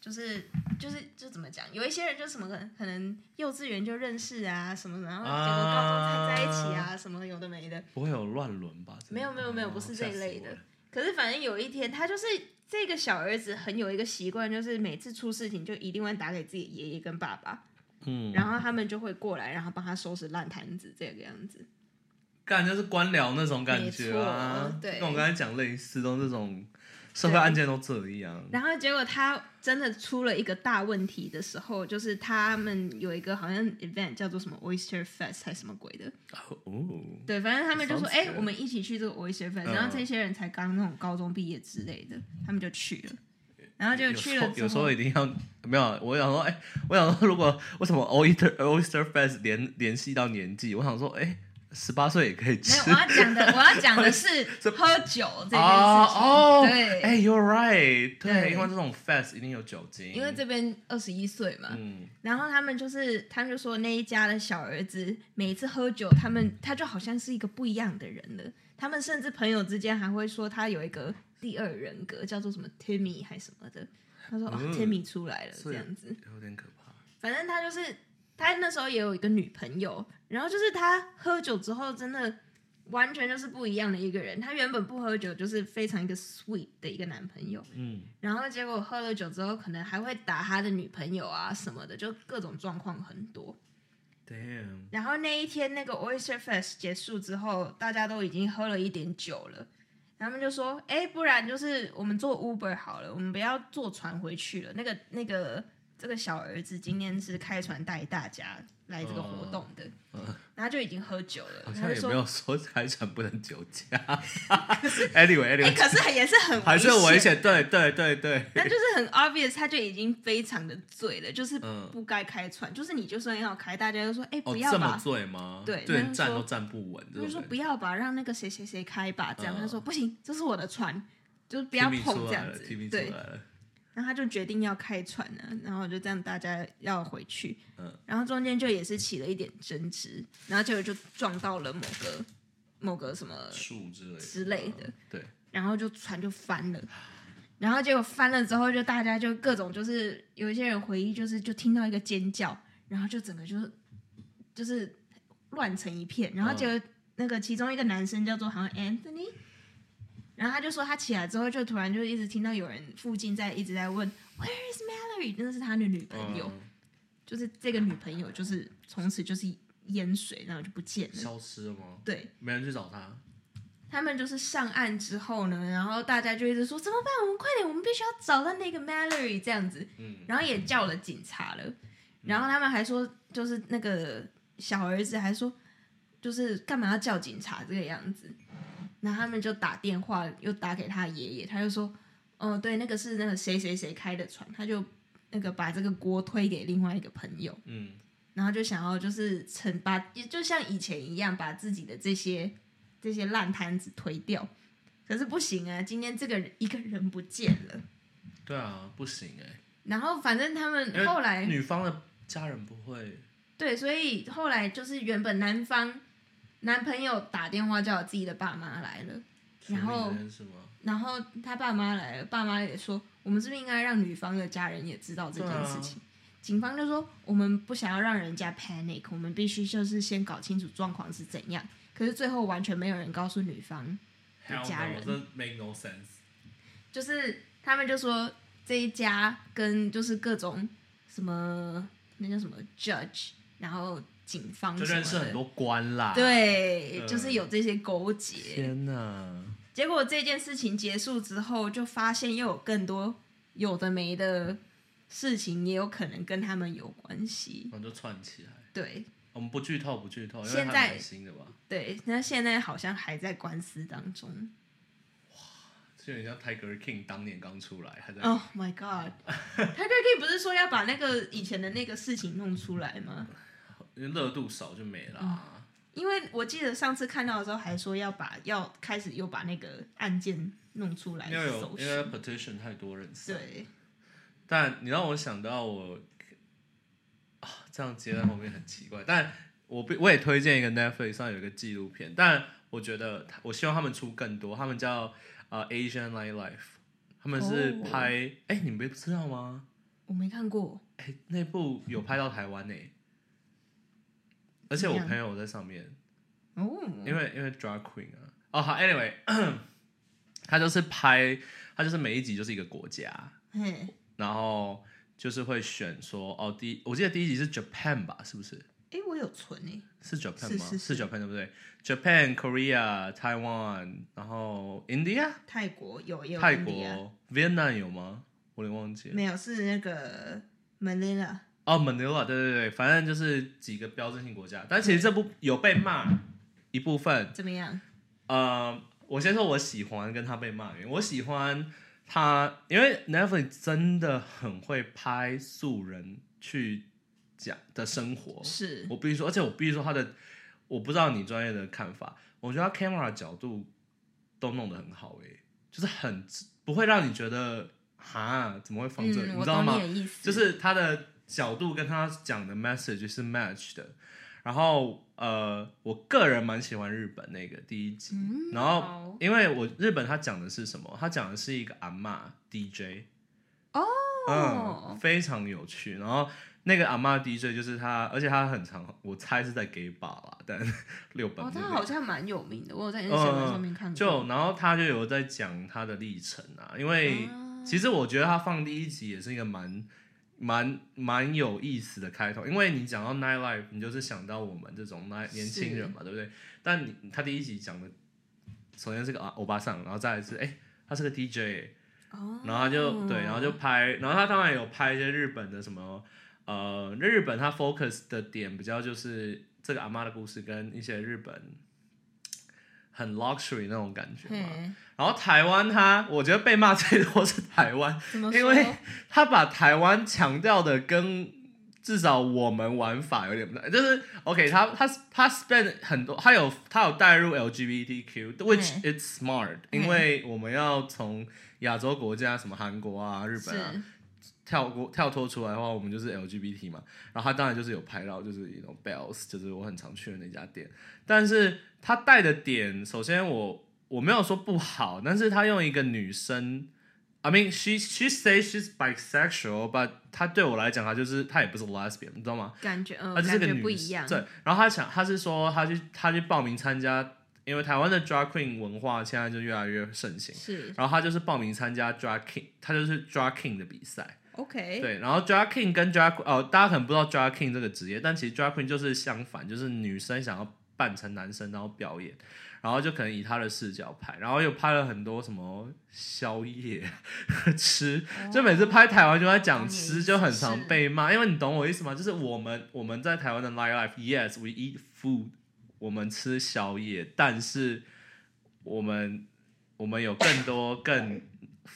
B: 就是就是就怎么讲，有一些人就什么可能可能幼稚园就认识啊什么的，然后结果高中才在一起啊什么的有的没的，
A: 不会有乱伦吧？
B: 没有没有没有
A: 哦
B: 不是这一类的。
A: 吓死
B: 可是反正有一天，他就是这个小儿子很有一个习惯，就是每次出事情就一定会打给自己的爷爷跟爸爸，
A: 我了嗯，
B: 然后他们就会过来，然后帮他收拾烂摊子这个样子。
A: 干就是官僚那种感觉
B: 没
A: 啊
B: 错，对
A: 跟我刚才讲类似，都这种社会案件都这样。
B: 然后结果他真的出了一个大问题的时候，就是他们有一个好像 event 叫做什么 Oyster Fest 还是什么鬼的，
A: 哦，
B: 对，反正他们就说，
A: Sounds
B: 哎、
A: good
B: 我们一起去这个 Oyster Fest，、
A: 嗯
B: 然后这些人才刚那种高中毕业之类的，他们就去了，然后就去了之后，
A: 有时候有时候一定要没有。我想说，哎、我想说，如果为什么 Oyster Oyster Fest 联联系到年纪，我想说，哎、1十八岁也可以
B: 没
A: 吃
B: 有，。我要 讲的，我要讲的是
A: 这
B: 喝酒这 件事情。
A: 哦哦，
B: 对，
A: 哎、y o u r e right，对，
B: 对
A: 因为这种 fest 一定有酒精，
B: 因为这边二十一岁嘛，
A: 嗯，
B: 然后他们就是，他们就说那一家的小儿子每一次喝酒，他们他就好像是一个不一样的人了。他们甚至朋友之间还会说他有一个第二人格，叫做什么 Timmy 还什么的。他说、
A: 嗯
B: 哦，Timmy 出来了
A: 是
B: 这样子。
A: 有点可怕。
B: 反正他就是他那时候也有一个女朋友，然后就是他喝酒之后真的完全就是不一样的一个人。他原本不喝酒，就是非常一个 sweet 的一个男朋友，
A: 嗯，
B: 然后结果喝了酒之后，可能还会打他的女朋友啊什么的，就各种状况很多。
A: damn，
B: 然后那一天那个 Oyster Fest 结束之后，大家都已经喝了一点酒了，然后他们就说：“哎，不然就是我们坐 Uber 好了，我们不要坐船回去了。”那个那个这个小儿子今天是开船带大家来这个活动的，然后就已经喝酒了，
A: 哦好
B: 他
A: 像
B: 就
A: 也没
B: 说
A: 有说开船不能酒驾。anyway：“
B: 哎，
A: anyway，
B: 可是也是很
A: 还是危
B: 危
A: 险，对对对对，
B: 那就是很 obvious，他就已经非常的醉了，就是
A: 嗯
B: 不该开船，就是你就算要开，大家就说，哎、
A: 哦，
B: 不要
A: 这么
B: 吧，
A: 醉吗？
B: 对
A: 就连
B: 那就
A: 站
B: 说
A: 都站不稳，
B: 他就
A: 这种
B: 说
A: 感
B: 不
A: 觉
B: 要吧，让那个谁谁谁开吧，这样、
A: 嗯
B: 他说不行，这是我的船，就是不要
A: Timmy
B: 碰
A: 出来
B: 这样
A: 了
B: 子
A: ，Timmy，出
B: 对
A: 来。了，
B: 然后他就决定要开船了，然后就这样大家要回去，
A: 嗯
B: 然后中间就也是起了一点争执，然后结果就撞到了某个某个什么
A: 树之类的
B: 呃
A: 嗯
B: 之类的，
A: 对，
B: 然后就船就翻了，然后结果翻了之后，就大家就各种就是有一些人回忆，就是就听到一个尖叫，然后就整个就是就是乱成一片，然后结果那个其中一个男生叫做好像 Anthony。然后他就说，他起来之后就突然就一直听到有人附近在一直在问 Where is Mallory？真的是他的女朋友，
A: 嗯
B: 就是这个女朋友，就是从此就是淹水，然后就不见了。
A: 消失了吗？
B: 对，
A: 没人去找他，
B: 他们就是上岸之后呢，然后大家就一直说怎么办？我们快点，我们必须要找到那个 Mallory 这样子，
A: 嗯，
B: 然后也叫了警察了。然后他们还说，就是那个小儿子还说，就是干嘛要叫警察这个样子？然后他们就打电话，又打给他爷爷，他就说，哦，对，那个是那个谁谁谁开的船，他就那个把这个锅推给另外一个朋友。
A: 嗯，
B: 然后就想要就是惩把，就像以前一样，把自己的这些这些烂摊子推掉。可是不行啊，今天这个人一个人不见了，
A: 对啊，不行哎、
B: 然后反正他
A: 因为
B: 们后来
A: 女方的家人不会，
B: 对，所以后来就是原本男方男朋友打电话叫自己的爸妈来了，然后
A: 是吗？
B: 然后他爸妈来了，爸妈也说我们是不是应该让女方的家人也知道这件事
A: 啊
B: 情？警方就说我们不想要让人家 panic，我们必须就是先搞清楚状况是怎样。可是最后完全没有人告诉女方，的
A: Hell
B: 家
A: no，
B: 人
A: 这 make no sense。
B: 就是他们就说这一家跟就是各种什么那叫什么 judge，然后警方
A: 就
B: 什么
A: 认识
B: 的
A: 很多啊官啦。，
B: 对，
A: 嗯
B: 就是有这些勾结。
A: 天哪！
B: 结果这件事情结束之后，就发现又有更多有的没的事情，也有可能跟他们有关系。
A: 然后就串起来。
B: 对
A: 我们不剧透，不剧透，因为
B: 现
A: 还
B: 在
A: 蛮新的吧，
B: 对，那现在好像还在官司当中。
A: 就有点像 Tiger King 当年刚出来，还在。
B: Oh my god！他最近不是说要把那个以前的那个事情弄出来吗？
A: 因为热度少就没啦、啊
B: 嗯因为我记得上次看到的时候还说要把要开始又把那个案件弄出来
A: 因为有
B: 搜
A: 因为
B: 寻。
A: petition 太多人上，
B: 对，
A: 但你让我想到我啊，这样接在后面很奇怪。但我不我也推荐一个 Netflix 上有一个纪录片，但我觉得他我希望他们出更多。他们叫呃 Asian Nightlife，他们是
B: 哦
A: 拍哎、你们不知道吗？
B: 我没看过。
A: 哎、那部有拍到台湾呢、而且
B: 怎么
A: 我
B: 样
A: 朋友在上面，
B: 哦，
A: 因为因为 drag queen 啊，哦好，anyway，他就是拍，他就是每一集就是一个国家，
B: 嘿，
A: 然后就是会选说，哦，第一我记得第一集是 Japan 吧，是不是？
B: 哎，我有存哎。
A: 是 Japan
B: 是
A: 吗？
B: 是是
A: Japan 对不对？Japan、Korea、Taiwan，然后 India、
B: 泰国有也有
A: 泰
B: 印尼啊
A: 国、Vietnam 有吗？我有点忘记了。
B: 没有是那个 Manila
A: 哦，Manila，对对对，反正就是几个标志性国家。但其实这部有被骂一部分，
B: 怎么样？
A: 呃，我先说我喜欢跟他被骂的原因，我喜欢他，因为 Netflix 真的很会拍素人去讲的生活。
B: 是
A: 哦我必须说，而且我必须说他的，我不知道你专业的看法，我觉得他 camera 的角度都弄得很好、欸，就是很不会让你觉得哈怎么会放这里，
B: 嗯、
A: 你
B: 我
A: 知道
B: 懂
A: 吗
B: 你？的意思，
A: 就是他的角度跟他讲的 message 是 match 的。然后呃，我个人蛮喜欢日本那个第一集，
B: 嗯
A: 然后因为我日本他讲的是什么？他讲的是一个阿嬷 DJ
B: 哦
A: 嗯，非常有趣。然后那个阿嬷 DJ 就是他，而且他很常，我猜是在 gay bar 啦，但 六本
B: 哦，
A: 木
B: 他
A: 那
B: 好像蛮有名的，我有在 Instagram 上面看
A: 嗯
B: 过。
A: 就然后他就有在讲他的历程啊，因为其实我觉得他放第一集也是一个蛮蛮蛮有意思的开头，因为你讲到 night life，你就是想到我们这种 night
B: 是
A: 年轻人嘛，对不对？但你他第一集讲的，首先是个啊欧巴桑，然后再来是哎、他是个 DJ，、
B: 哦，
A: 然后他就对，然后就拍，然后他当然有拍一些日本的什么，呃，日本他 focus 的点比较就是这个阿妈的故事跟一些日本很 luxury 那种感觉嘛。
B: 嘿，
A: 然后台湾他，我觉得被骂最多是台湾，
B: 怎么
A: 因
B: 说？
A: 为他把台湾强调的跟至少我们玩法有点不太，就是 OK，他他他 spend 很多，他有他有带入 LGBTQ，which is smart，
B: 嗯
A: 因为我们要从亚洲国家，什么韩国啊、日本啊，
B: 是
A: 跳过跳脱出来的话，我们就是 LGBT 嘛。然后他当然就是有拍到，就是一种 Bells，就是我很常去的那家店。但是他带的点，首先我我没有说不好，但是他用一个女生，I mean she she say she's bisexual，but 他对我来讲，他就是他也不是 lesbian，你知道吗？
B: 感觉呃
A: 她啊就是
B: 感
A: 个
B: 觉
A: 女
B: 不一样，
A: 对，然后他想，他是说他去他去报名参加，因为台湾的 drag queen 文化现在就越来越盛行。
B: 是
A: 然后他就是报名参加 drag king，他就是 drag king 的比赛。
B: OK，
A: 对，然后 drag king 跟 drag 哦，大家可能不知道 drag king 这个职业，但其实 drag queen 就是相反，就是女生想要扮成男生然后表演，然后就可能以她的视角拍，然后又拍了很多什么宵夜 吃，就每次拍台湾就在讲吃，就很常被骂，因为你懂我意思吗？就是我们我们在台湾的 live life，yes we eat food，我们吃宵夜，但是我们我们有更多更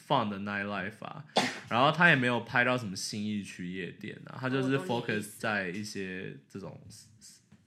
A: fun 的 night life 啊，然后他也没有拍到什么新义区夜店啊，他
C: 哦
A: 就
C: 我
A: 是
C: 懂你的意
A: focus
C: 思
A: 在一些这种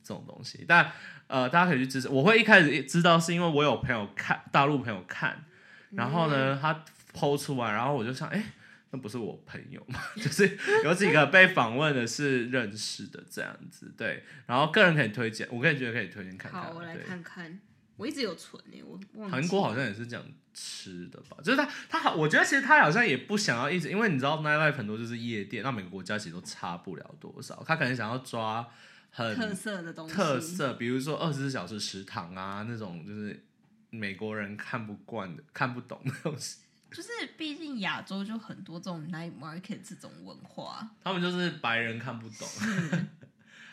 A: 这种东西，但呃，大家可以去支持。我会一开始知道是因为我有朋友看大陆朋友看，然后
C: 嗯
A: 呢，他抛出来，然后我就想，哎、那不是我朋友嘛， 就是有几个被访问的是认识的这样子，对。然后个人可以推荐，我个人觉得可以推荐看看。啊
B: 好，我来
A: 对
B: 看看，我一直有存诶，我忘记
A: 韩国好像也是这样吃的吧，就是他他好，我觉得其实他好像也不想要一直，因为你知道 night life 很多就是夜店，那每个国家其实都差不了多少，他可能想要抓很
B: 特色的东西，
A: 特色，比如说二十四小时食堂啊那种，就是美国人看不惯的、看不懂的东西。
B: 就是毕竟亚洲就很多这种 night market 这种文化，
A: 他们就是白人看不懂。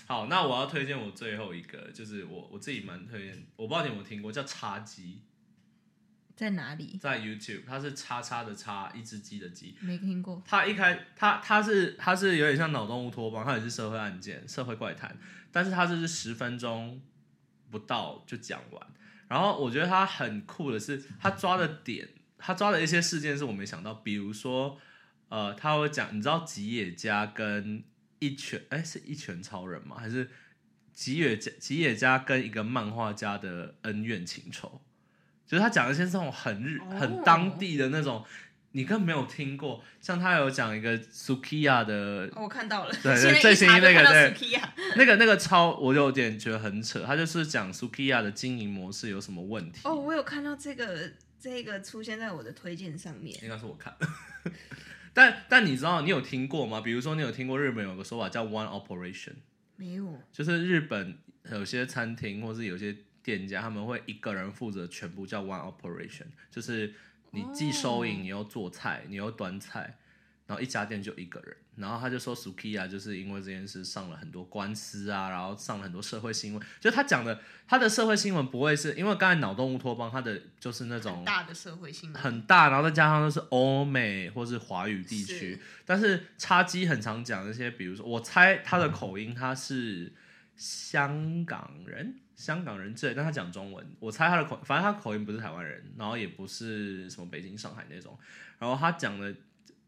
A: 好，那我要推荐我最后一个，就是我我自己蛮推荐，我不知道你有没有听过叫叉鸡，
B: 在哪里？
A: 在 YouTube，它是叉叉的叉，一只鸡的鸡。
B: 没听过，
A: 他一开他他是他是有点像脑洞乌托邦，他也是社会案件、社会怪谈，但是他这是十分钟不到就讲完。然后我觉得他很酷的是，他抓的点，他抓的一些事件是我没想到，比如说，呃，他会讲，你知道吉野家跟一拳，哎，是一拳超人吗？还是吉野家吉野家跟一个漫画家的恩怨情仇？就是他讲的一些这种很日、
B: 哦
A: 很当地的那种，你根本没有听过。像他有讲一个 Sukiya 的
B: 哦，我看到了，
A: 对对
B: 现在
A: 最
B: 一
A: 新
B: 查就
A: 那个
B: 看到
A: 对
B: Sukiya，
A: 那个那个超，我有点觉得很扯。他就是讲 Sukiya 的经营模式有什么问题。
B: 哦，我有看到这个这个出现在我的推荐上面，
A: 应该是我看。 但但你知道你有听过吗？比如说你有听过日本有个说法叫 One Operation，
B: 没有，
A: 就是日本有些餐厅或是有些店家他们会一个人负责全部叫 One Operation，就是你既收银，你又做菜，你又端菜，然后一家店就一个人。然后他就说 Sukiya 就是因为这件事上了很多官司啊，然后上了很多社会新闻。就他讲的，他的社会新闻不会是因为刚才脑洞乌托邦，他的就是那种
B: 很大的社会新闻，
A: 很大，然后再加上都是欧美或是华语地区
B: 是，
A: 但是叉鸡很常讲那些，比如说我猜他的口音他是香港人，香港人之类，但他讲中文，我猜他的口，反正他口音不是台湾人，然后也不是什么北京、上海那种，然后他讲的，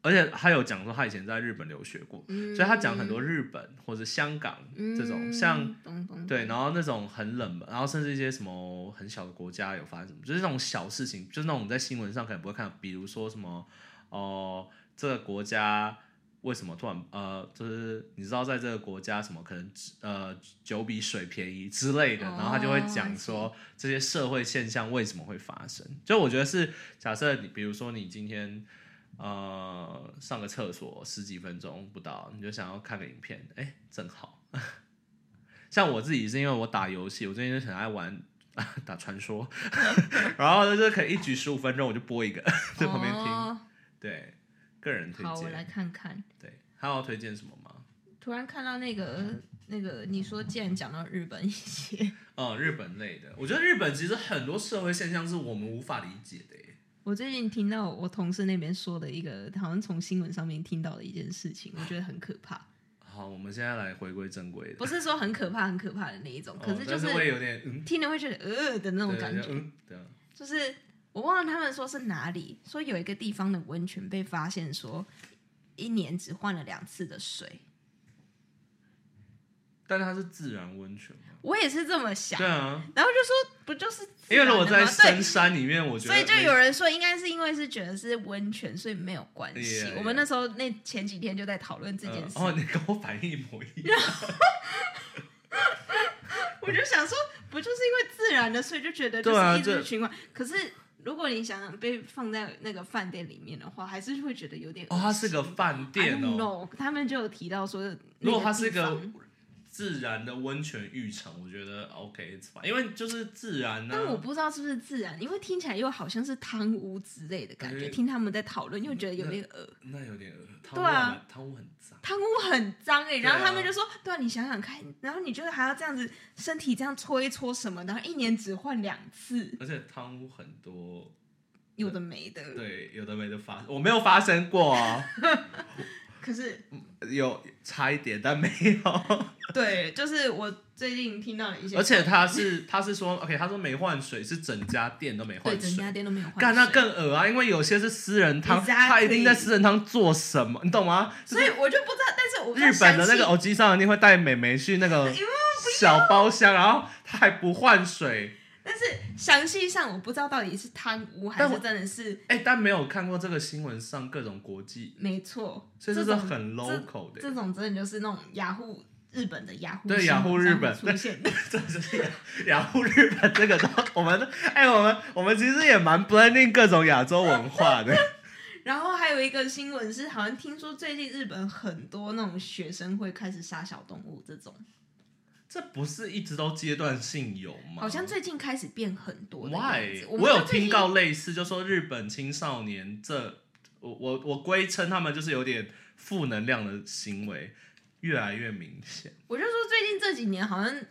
A: 而且他有讲说他以前在日本留学过，所以他讲很多日本或者香港这种，
B: 嗯
A: 像
B: 懂懂
A: 对，然后那种很冷门，然后甚至一些什么很小的国家有发生什么，就是那种小事情，就是那种在新闻上可能不会看到，比如说什么哦、这个国家为什么突然呃，就是你知道在这个国家什么可能呃酒比水便宜之类的，然后他就会
B: 哦
A: 讲
B: 了解
A: 说这些社会现象为什么会发生。就我觉得是假设你，比如说你今天。呃，上个厕所十几分钟不到，你就想要看个影片，哎、正好，像我自己是因为我打游戏，我最近就很爱玩 打传说， 然后就是可以一局十五分钟，我就播一个在旁边听。
B: 哦
A: 对，个人推
B: 好，我来
A: 荐。
B: 看看。
A: 对，还要推荐什么吗？
B: 突然看到那个那个，你说既然讲到日本一些，
A: 哦，日本类的，我觉得日本其实很多社会现象是我们无法理解的耶。
B: 我最近听到我同事那边说的一个，好像从新闻上面听到的一件事情，我觉得很可怕。
A: 好，我们现在来回归正轨的。
B: 不是说很可怕、很可怕的那一种，
A: 哦
B: 可是就
A: 但是会有点嗯
B: 听了会觉得呃的那种
A: 对
B: 感
A: 就
B: 觉。
A: 嗯，对啊，
B: 就是我忘了他们说是哪里，说有一个地方的温泉被发现说一年只换了两次的水，
A: 但它是自然温泉嘛。
B: 我也是这么想
A: 对。啊，
B: 然后就说不就是自
A: 因为
B: 然
A: 如
B: 的
A: 果在
B: 吗？
A: 深
B: 对，
A: 山里面，我觉得
B: 所以就
A: 没
B: 有人说应该是因为是觉得是温泉，所以没有关系。
A: Yeah,
B: 我们那时候那前几天就在讨论这件事，
A: 呃哦，你跟我反应一模一 样。
B: 我就想说，不就是因为自然的，所以就觉得就
A: 对啊
B: 是一直
A: 这
B: 是循环。可是如果你想想被放在那个饭店里面的话，还是会觉得有点
A: 哦，它是个饭店哦。
B: No，他们就有提到说，
A: 如果它是一
B: 那
A: 个嗯
B: 地方
A: 自然的温泉浴场，我觉得 OK，it's fine 因为就是自然啊呢、
B: 但我不知道是不是自然，因为听起来又好像是贪污之类的感
A: 对
B: 觉。听他们在讨论，又觉得有呃点恶。
A: 那有点恶
B: 对啊
A: 汤屋很汤屋很脏。
B: 贪污很脏哎、欸，
A: 对啊
B: 然后他们就说，对啊，你想想看，然后你就是还要这样子身体这样搓一搓什么，然后一年只换两次，
A: 而且汤屋很多，
B: 有的没的。
A: 对，有的没的发，我没有发生过哦，
B: 可是
A: 有差一点，但没有。
B: 对，就是我最近听到的一些，
A: 而且他是他是说，OK，他说没换水，是整家店都没
B: 对
A: 换
B: 整
A: 水
B: 家。店都没有换水，
A: 干那更恶啊！因为有些是私人汤
B: Exactly
A: 他一定在私人汤做什么，你懂吗？
B: 所以我就不知道，但是我
A: 日本的那个哦
B: 偶
A: 偶机上一定会带美眉去那个小包厢，然后他还不换水。
B: 但是详细上我不知道到底是贪污还
A: 但
B: 是
A: 我
B: 真的是
A: 哎、但没有看过这个新闻上各种国际，
B: 没错，
A: 所以
B: 这
A: 这是
B: 种
A: 很 local 的，
B: 这种真的就是那种雅虎日本的雅虎
A: 对
B: 新闻
A: 雅虎日本
B: 上面出现的，
A: 这就是雅雅虎日本这个都，我们哎、我们我们其实也蛮 blending 各种亚洲文化的。
B: 然后还有一个新闻是，好像听说最近日本很多那种学生会开始杀小动物，这种
A: 这不是一直都阶段性有吗？
B: 好像最近开始变很多的样
A: Why？
B: 子。
A: 我
B: 们
A: 有
B: 就最
A: 听
B: 近
A: 到类似，就说日本青少年这，我我我归称他们就是有点负能量的行为越来越明显，
B: 我就说最近这几年好像
A: 是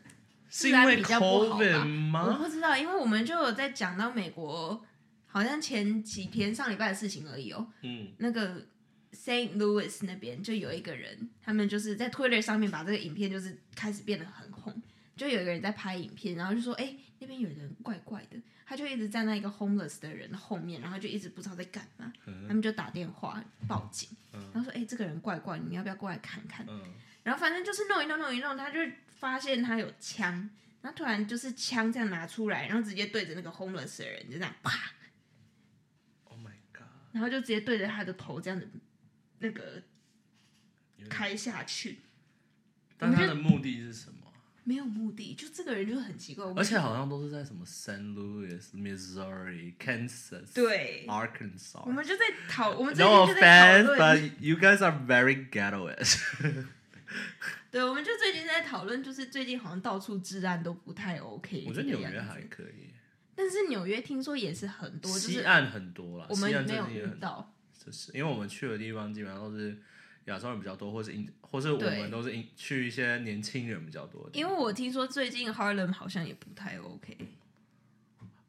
B: 治
A: 因
B: 安
A: 为
B: 比较不好吧
A: COVID
B: 我
A: 吗？
B: 不知道，因为我们就有在讲到美国，好像前几天上礼拜的事情而已哦。
A: 嗯，
B: 那个 Saint Louis 那边就有一个人，他们就是在 Twitter 上面把这个影片就是开始变得很红，就有一个人在拍影片，然后就说：“哎、那边有人怪怪的。”他就一直站在一个 homeless 的人后面，然后就一直不知道在干嘛。他们就打电话报警，然后说：“哎、这个人怪怪，你要不要过来看看？”
A: 嗯
B: 然后反正就是弄一弄弄一弄，他就发现他有枪，然后突然就是枪这样拿出来，然后直接对着那个 homeless 的人就这样啪，
A: ，Oh my god，
B: 然后就直接对着他的头这样子那个开下去，
A: 但他的目的是什么？
B: 没有目的，就这个人就是很奇怪，我
A: 而且好像都是在什么 San Louis、Missouri、Kansas、
B: 对。
A: Arkansas。
B: 我们就在讨，我们最
A: No
B: 近就
A: offense,
B: 在讨论，
A: but you guys are very ghettoish.
B: 对，我们就最近在讨论，就是最近好像到处治安都不太 OK。
A: 我觉得纽约还，可以，
B: 但是纽约听说也是很多，就
A: 西
B: 是哦
A: 岸很多啦，
B: 我
A: 西岸
B: 们没
A: 真
B: 有
A: 的也
B: 遇
A: 很
B: 到。
A: 就是因为我们去的地方基本上都是亚洲人比较多，或是英，或是我
B: 对
A: 们都是英去一些年轻人比较多的地
B: 因
A: 方。
B: 为我听说最近 Harlem 好像也不太 OK，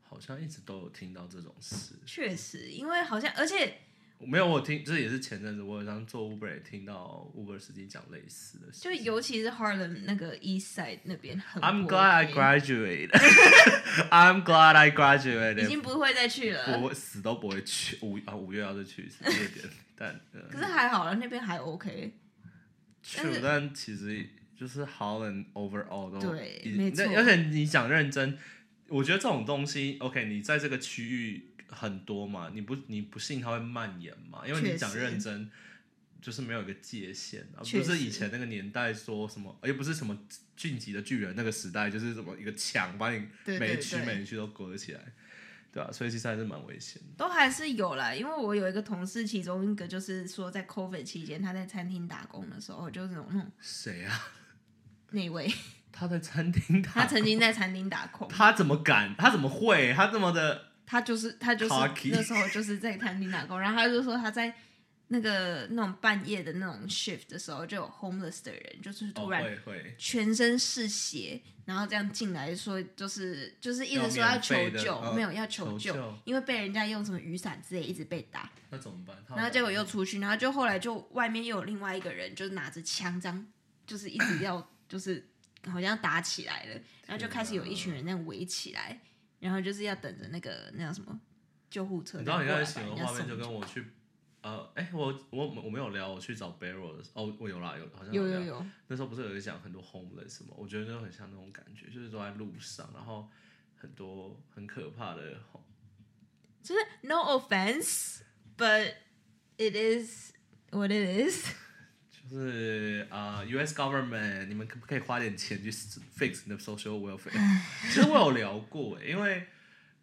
A: 好像一直都有听到这种事，
B: 确实，因为好像而且
A: 没有我听，这也是前阵子我有当做 Uber 也听到 Uber 司机讲类似的事。
B: 就尤其是 Harlem 那个 East Side 那边很、
A: I'm glad I graduated. I'm glad I
B: 已
A: graduated.
B: 经不会再去了。
A: 我死都不会去五啊五月要是去十月点， 但呃
B: 可是还好了，那边还 OK。但是
A: True，但其实就是 Holland overall 都
B: 对
A: 已
B: 没错
A: 那而且你讲认真，我觉得这种东西，OK，你在这个区域很多嘛，你不你不信它会蔓延嘛？因为
B: 确
A: 你
B: 实
A: 讲认真，就是没有一个界限啊，
B: 确
A: 不
B: 实
A: 是以前那个年代说什么，也不是什么晋级的巨人那个时代，就是什么一个墙把你
B: 对
A: 每
B: 对
A: 一区
B: 对
A: 每一区都隔起来，对啊，所以其实还是蛮危险的。
B: 都还是有啦，因为我有一个同事，其中一个就是说，在 COVID 期间，他在餐厅打工的时候，就是那种那种
A: 谁啊？
B: 那位，
A: 他在餐厅打，
B: 他曾经在餐厅打工，
A: 他怎么敢？他怎么会？他这么的？
B: 他就是他就是
A: Cocky
B: 那时候就是在餐厅打工，然后他就说他在那个那种半夜的那种 shift 的时候，就有 homeless 的人就是
A: 哦，
B: 突然
A: 会会。
B: 全身是血，然后这样进来说就是就是一直说
A: 要
B: 要
A: 免
B: 求
A: 费的
B: 救，
A: 嗯
B: 没有要求救
A: 求救
B: 因为被人家用什么雨伞之类一直被打，
A: 那怎么办？
B: 然后结果又出去，然后就后来就外面又有另外一个人就拿着枪这样，就是一直 要就是好像打起来了，然后就开始有一群人那样围起来，然后就是要等着那个那叫什么救护车
A: 你知
B: 这样
A: 道
B: 过
A: 你
B: 来把
A: 刚才
B: 人
A: 形
B: 家送走。
A: 容画面就跟我去呃，哎、我我我没有聊，我去找 Barrel 的时候，哦，我有啦，有好像
B: 有
A: 聊
B: 有有，
A: 那时候不是有讲很多 homeless 什么？我觉得就很像那种感觉，就是都在路上，然后很多很可怕的 hom-
B: 就是 no offense，but it is what it is 。
A: 就是啊、u s government，你们可不可以花点钱去 s- fix 你的 social welfare？其实我有聊过、因为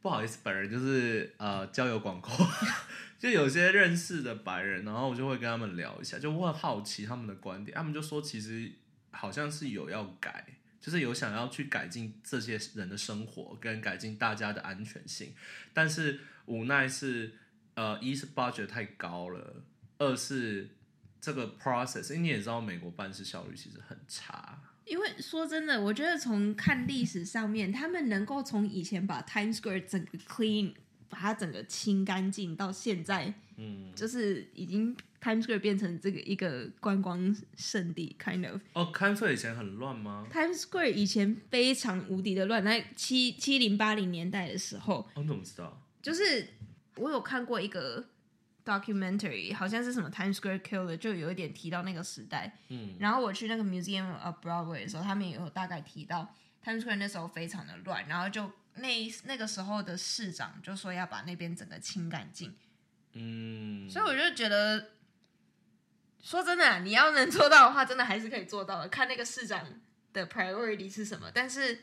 A: 不好意思，本人就是呃交友广阔， 就有些认识的白人，然后我就会跟他们聊一下，就我很好奇他们的观点，他们就说其实好像是有要改，就是有想要去改进这些人的生活，跟改进大家的安全性，但是无奈是呃，一是 budget 太高了，二是这个 process，因为你也知道美国办事效率其实很差，
B: 因为说真的，我觉得从看历史上面，他们能够从以前把 Times Square 整个 clean，把它整个清干净，到现在，嗯，就是已经 Times Square 变成这个一个观光圣地，kind of。
A: 哦，康翠以前很乱吗？
B: Times Square 以前非常无敌的乱，在七七零八零年代的时候，
A: 哦，你怎么知道？
B: 就是我有看过一个 documentary，好像是什么 Times Square Killer，就有一点提到那个时代。嗯，然后我去那个 Museum of Broadway 的时候，他们也有大概提到 Times Square 那时候非常的乱，然后就那那个时候的市长就说要把那边整个清干净，
A: 嗯，
B: 所以我就觉得。说真的啊、你要能做到的话，真的还是可以做到的。看那个市长的 priority 是什么，但是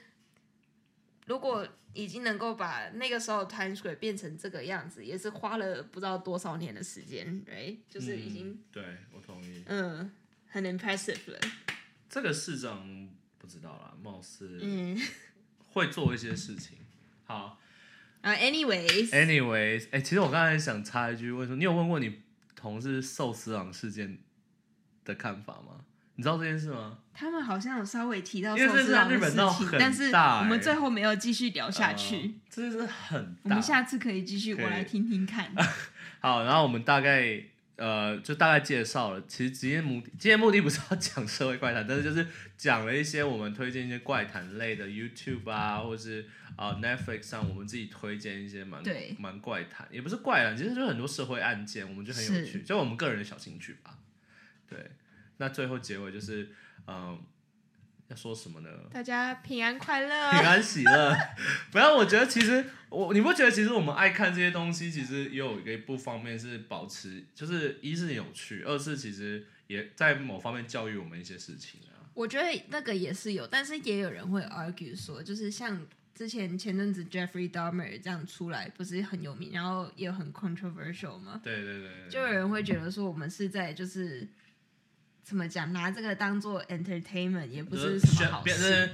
B: 如果已经能够把那个时候的 Times Square 变成这个样子，也是花了不知道多少年的时间，right？就是已经
A: 嗯对我同意。
B: 嗯很 impressive 了，
A: 这个市长不知道啦，貌似
B: 嗯。
A: 会做一些事情。好
B: 啊、a n y w a y s
A: ，anyways，哎、其实我刚才想插一句，问说你有问过你同事寿司郎事件的看法吗？你知道这件事吗？
B: 他们好像有稍微提到
A: 因为
B: 寿
A: 这
B: 司
A: 次
B: 郎的
A: 日本
B: 事
A: 闹
B: 情，
A: 很
B: 但是
A: 大
B: 我们
A: 欸
B: 最后没有继续聊下去。
A: 呃这是很
B: 我
A: 大。
B: 们下次可以继续，
A: 可以
B: 我来听听看。
A: 好，然后我们大概呃，就大概介绍了。其实今天目的，今天目的不是要讲社会怪谈，但是就是讲了一些我们推荐一些怪谈类的 YouTube 啊，或是啊、呃 Netflix 上，我们自己推荐一些蛮
B: 对
A: 蛮怪谈，也不是怪谈，其实就很多社会案件，我们就很有
B: 是
A: 趣，就我们个人的小兴趣吧。对，那最后结尾就是嗯、要说什么呢？
B: 大家平安快
A: 平
B: 乐，
A: 安喜乐。不要，我觉得其实我你不觉得其实我们爱看这些东西，其实也有一个一部方面是保持，就是一是有趣，二是其实也在某方面教育我们一些事情啊。
B: 我觉得那个也是有，但是也有人会 argue 说，就是像之前前阵子 Jeffrey Dahmer 这样出来，不是很有名，然后也很 controversial 吗？
A: 对对对对
B: 就有人会觉得说，我们是在就是怎么讲，拿这个当做 entertainment，也不
A: 就是
B: 什么
A: 宣
B: 好
A: 变
B: 事。
A: 成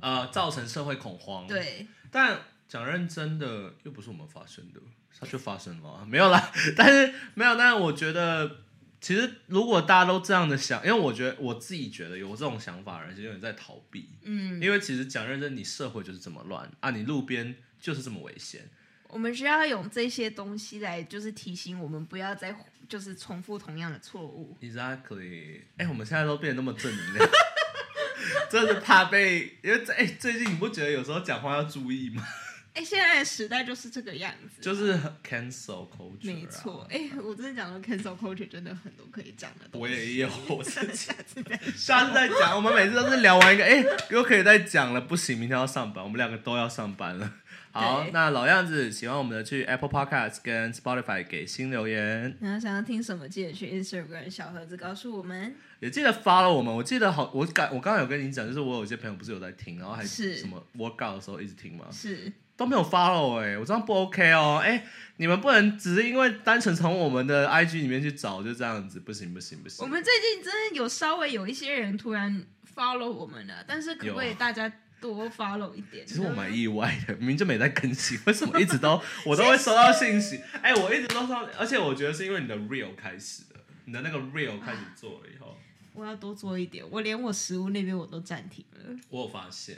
A: 呃造成社会恐慌。，
B: 对，
A: 但讲认真的，又不是我们发生的，它就发生了啊，没有啦。 但是没有，但是我觉得。其实，如果大家都这样的想，因为我觉得我自己觉得有这种想法的人，其实有点在逃避。
B: 嗯，
A: 因为其实讲认真，你社会就是这么乱啊，你路边就是这么危险。
B: 我们需要用这些东西来就是提醒我们不要再就是重复同样的错误。
A: Exactly，哎、我们现在都变得那么正能量， 真的怕被，因为最哎、最近你不觉得有时候讲话要注意吗？
B: 哎、现在的时代就是这个样子。
A: 就是很 cancel culture，、啊、
B: 没错，，哎、我真的讲了 cancel culture 真的很多可以讲的东西。
A: 我也 有我自己。
B: 下次再
A: 下次再讲，我们每次都是聊完一个，哎、又可以再讲了，不行，明天要上班，我们两个都要上班了。好
B: 对，
A: 那老样子，喜欢我们的去 Apple Podcast 跟 Spotify 给新留言。
B: 然后想要听什么，记得去 Instagram 小盒子告诉我们。
A: 也记得发了我们，我记得好，我刚我刚刚有跟你讲，就是我有些朋友不是有在听，然后还
B: 是
A: 什么 workout 的时候一直听嘛，
B: 是，
A: 都没有发了哎、我这样不 OK 哦，哎、你们不能只是因为单纯从我们的 IG 里面去找就这样子，不行不行不行，
B: 我们最近真的有稍微有一些人突然 follow 我们了，但是可不可以
A: 有啊
B: 大家多 follow 一点？
A: 其实我蛮意外的，明明就没在更新，为什么一直都我都会收到信息？哎、我一直都收到，而且我觉得是因为你的 real 开始的，你的那个 real 开始做了以后，
B: 我要多做一点，我连我食物那边我都暂停了。
A: 我有发现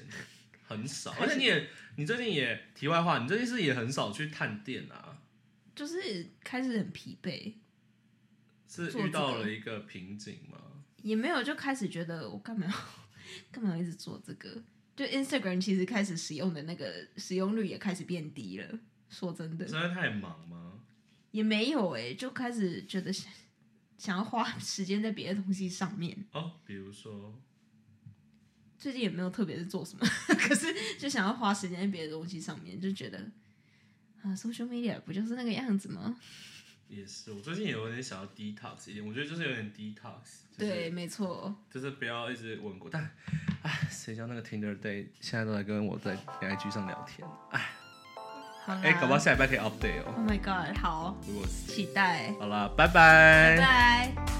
A: 很少，
B: 开
A: 而
B: 始
A: 且你也你最近也题外话，你最近是不是也很少去探店啊。
B: 就是开始很疲惫，
A: 是
B: 做
A: 遇到
B: 这个
A: 了一个瓶颈吗？
B: 也没有就开始觉得我干嘛要干嘛要一直做这个？就 Instagram 其实开始使用的那个使用率也开始变低了。说真的，
A: 是因为太忙吗？
B: 也没有哎、就开始觉得想想要花时间在别的东西上面。
A: 哦，比如说，
B: 最近也没有特别是做什么， 可是就想要花时间在别的东西上面，就觉得啊，social media 不就是那个样子吗？
A: 也是，我最近也有点想要 detox 一点，我觉得就是有点 detox，、就是、
B: 对，，没错。
A: 就是不要一直问过，但哎，谁叫那个 Tinder Day 现在都在跟我在 IG 上聊天，哎
B: 好啦
A: 哎，搞不好下礼拜可以 update 哦，
B: Oh my god，好，
A: 如果是，
B: 期待，
A: 好啦，拜
B: 拜拜。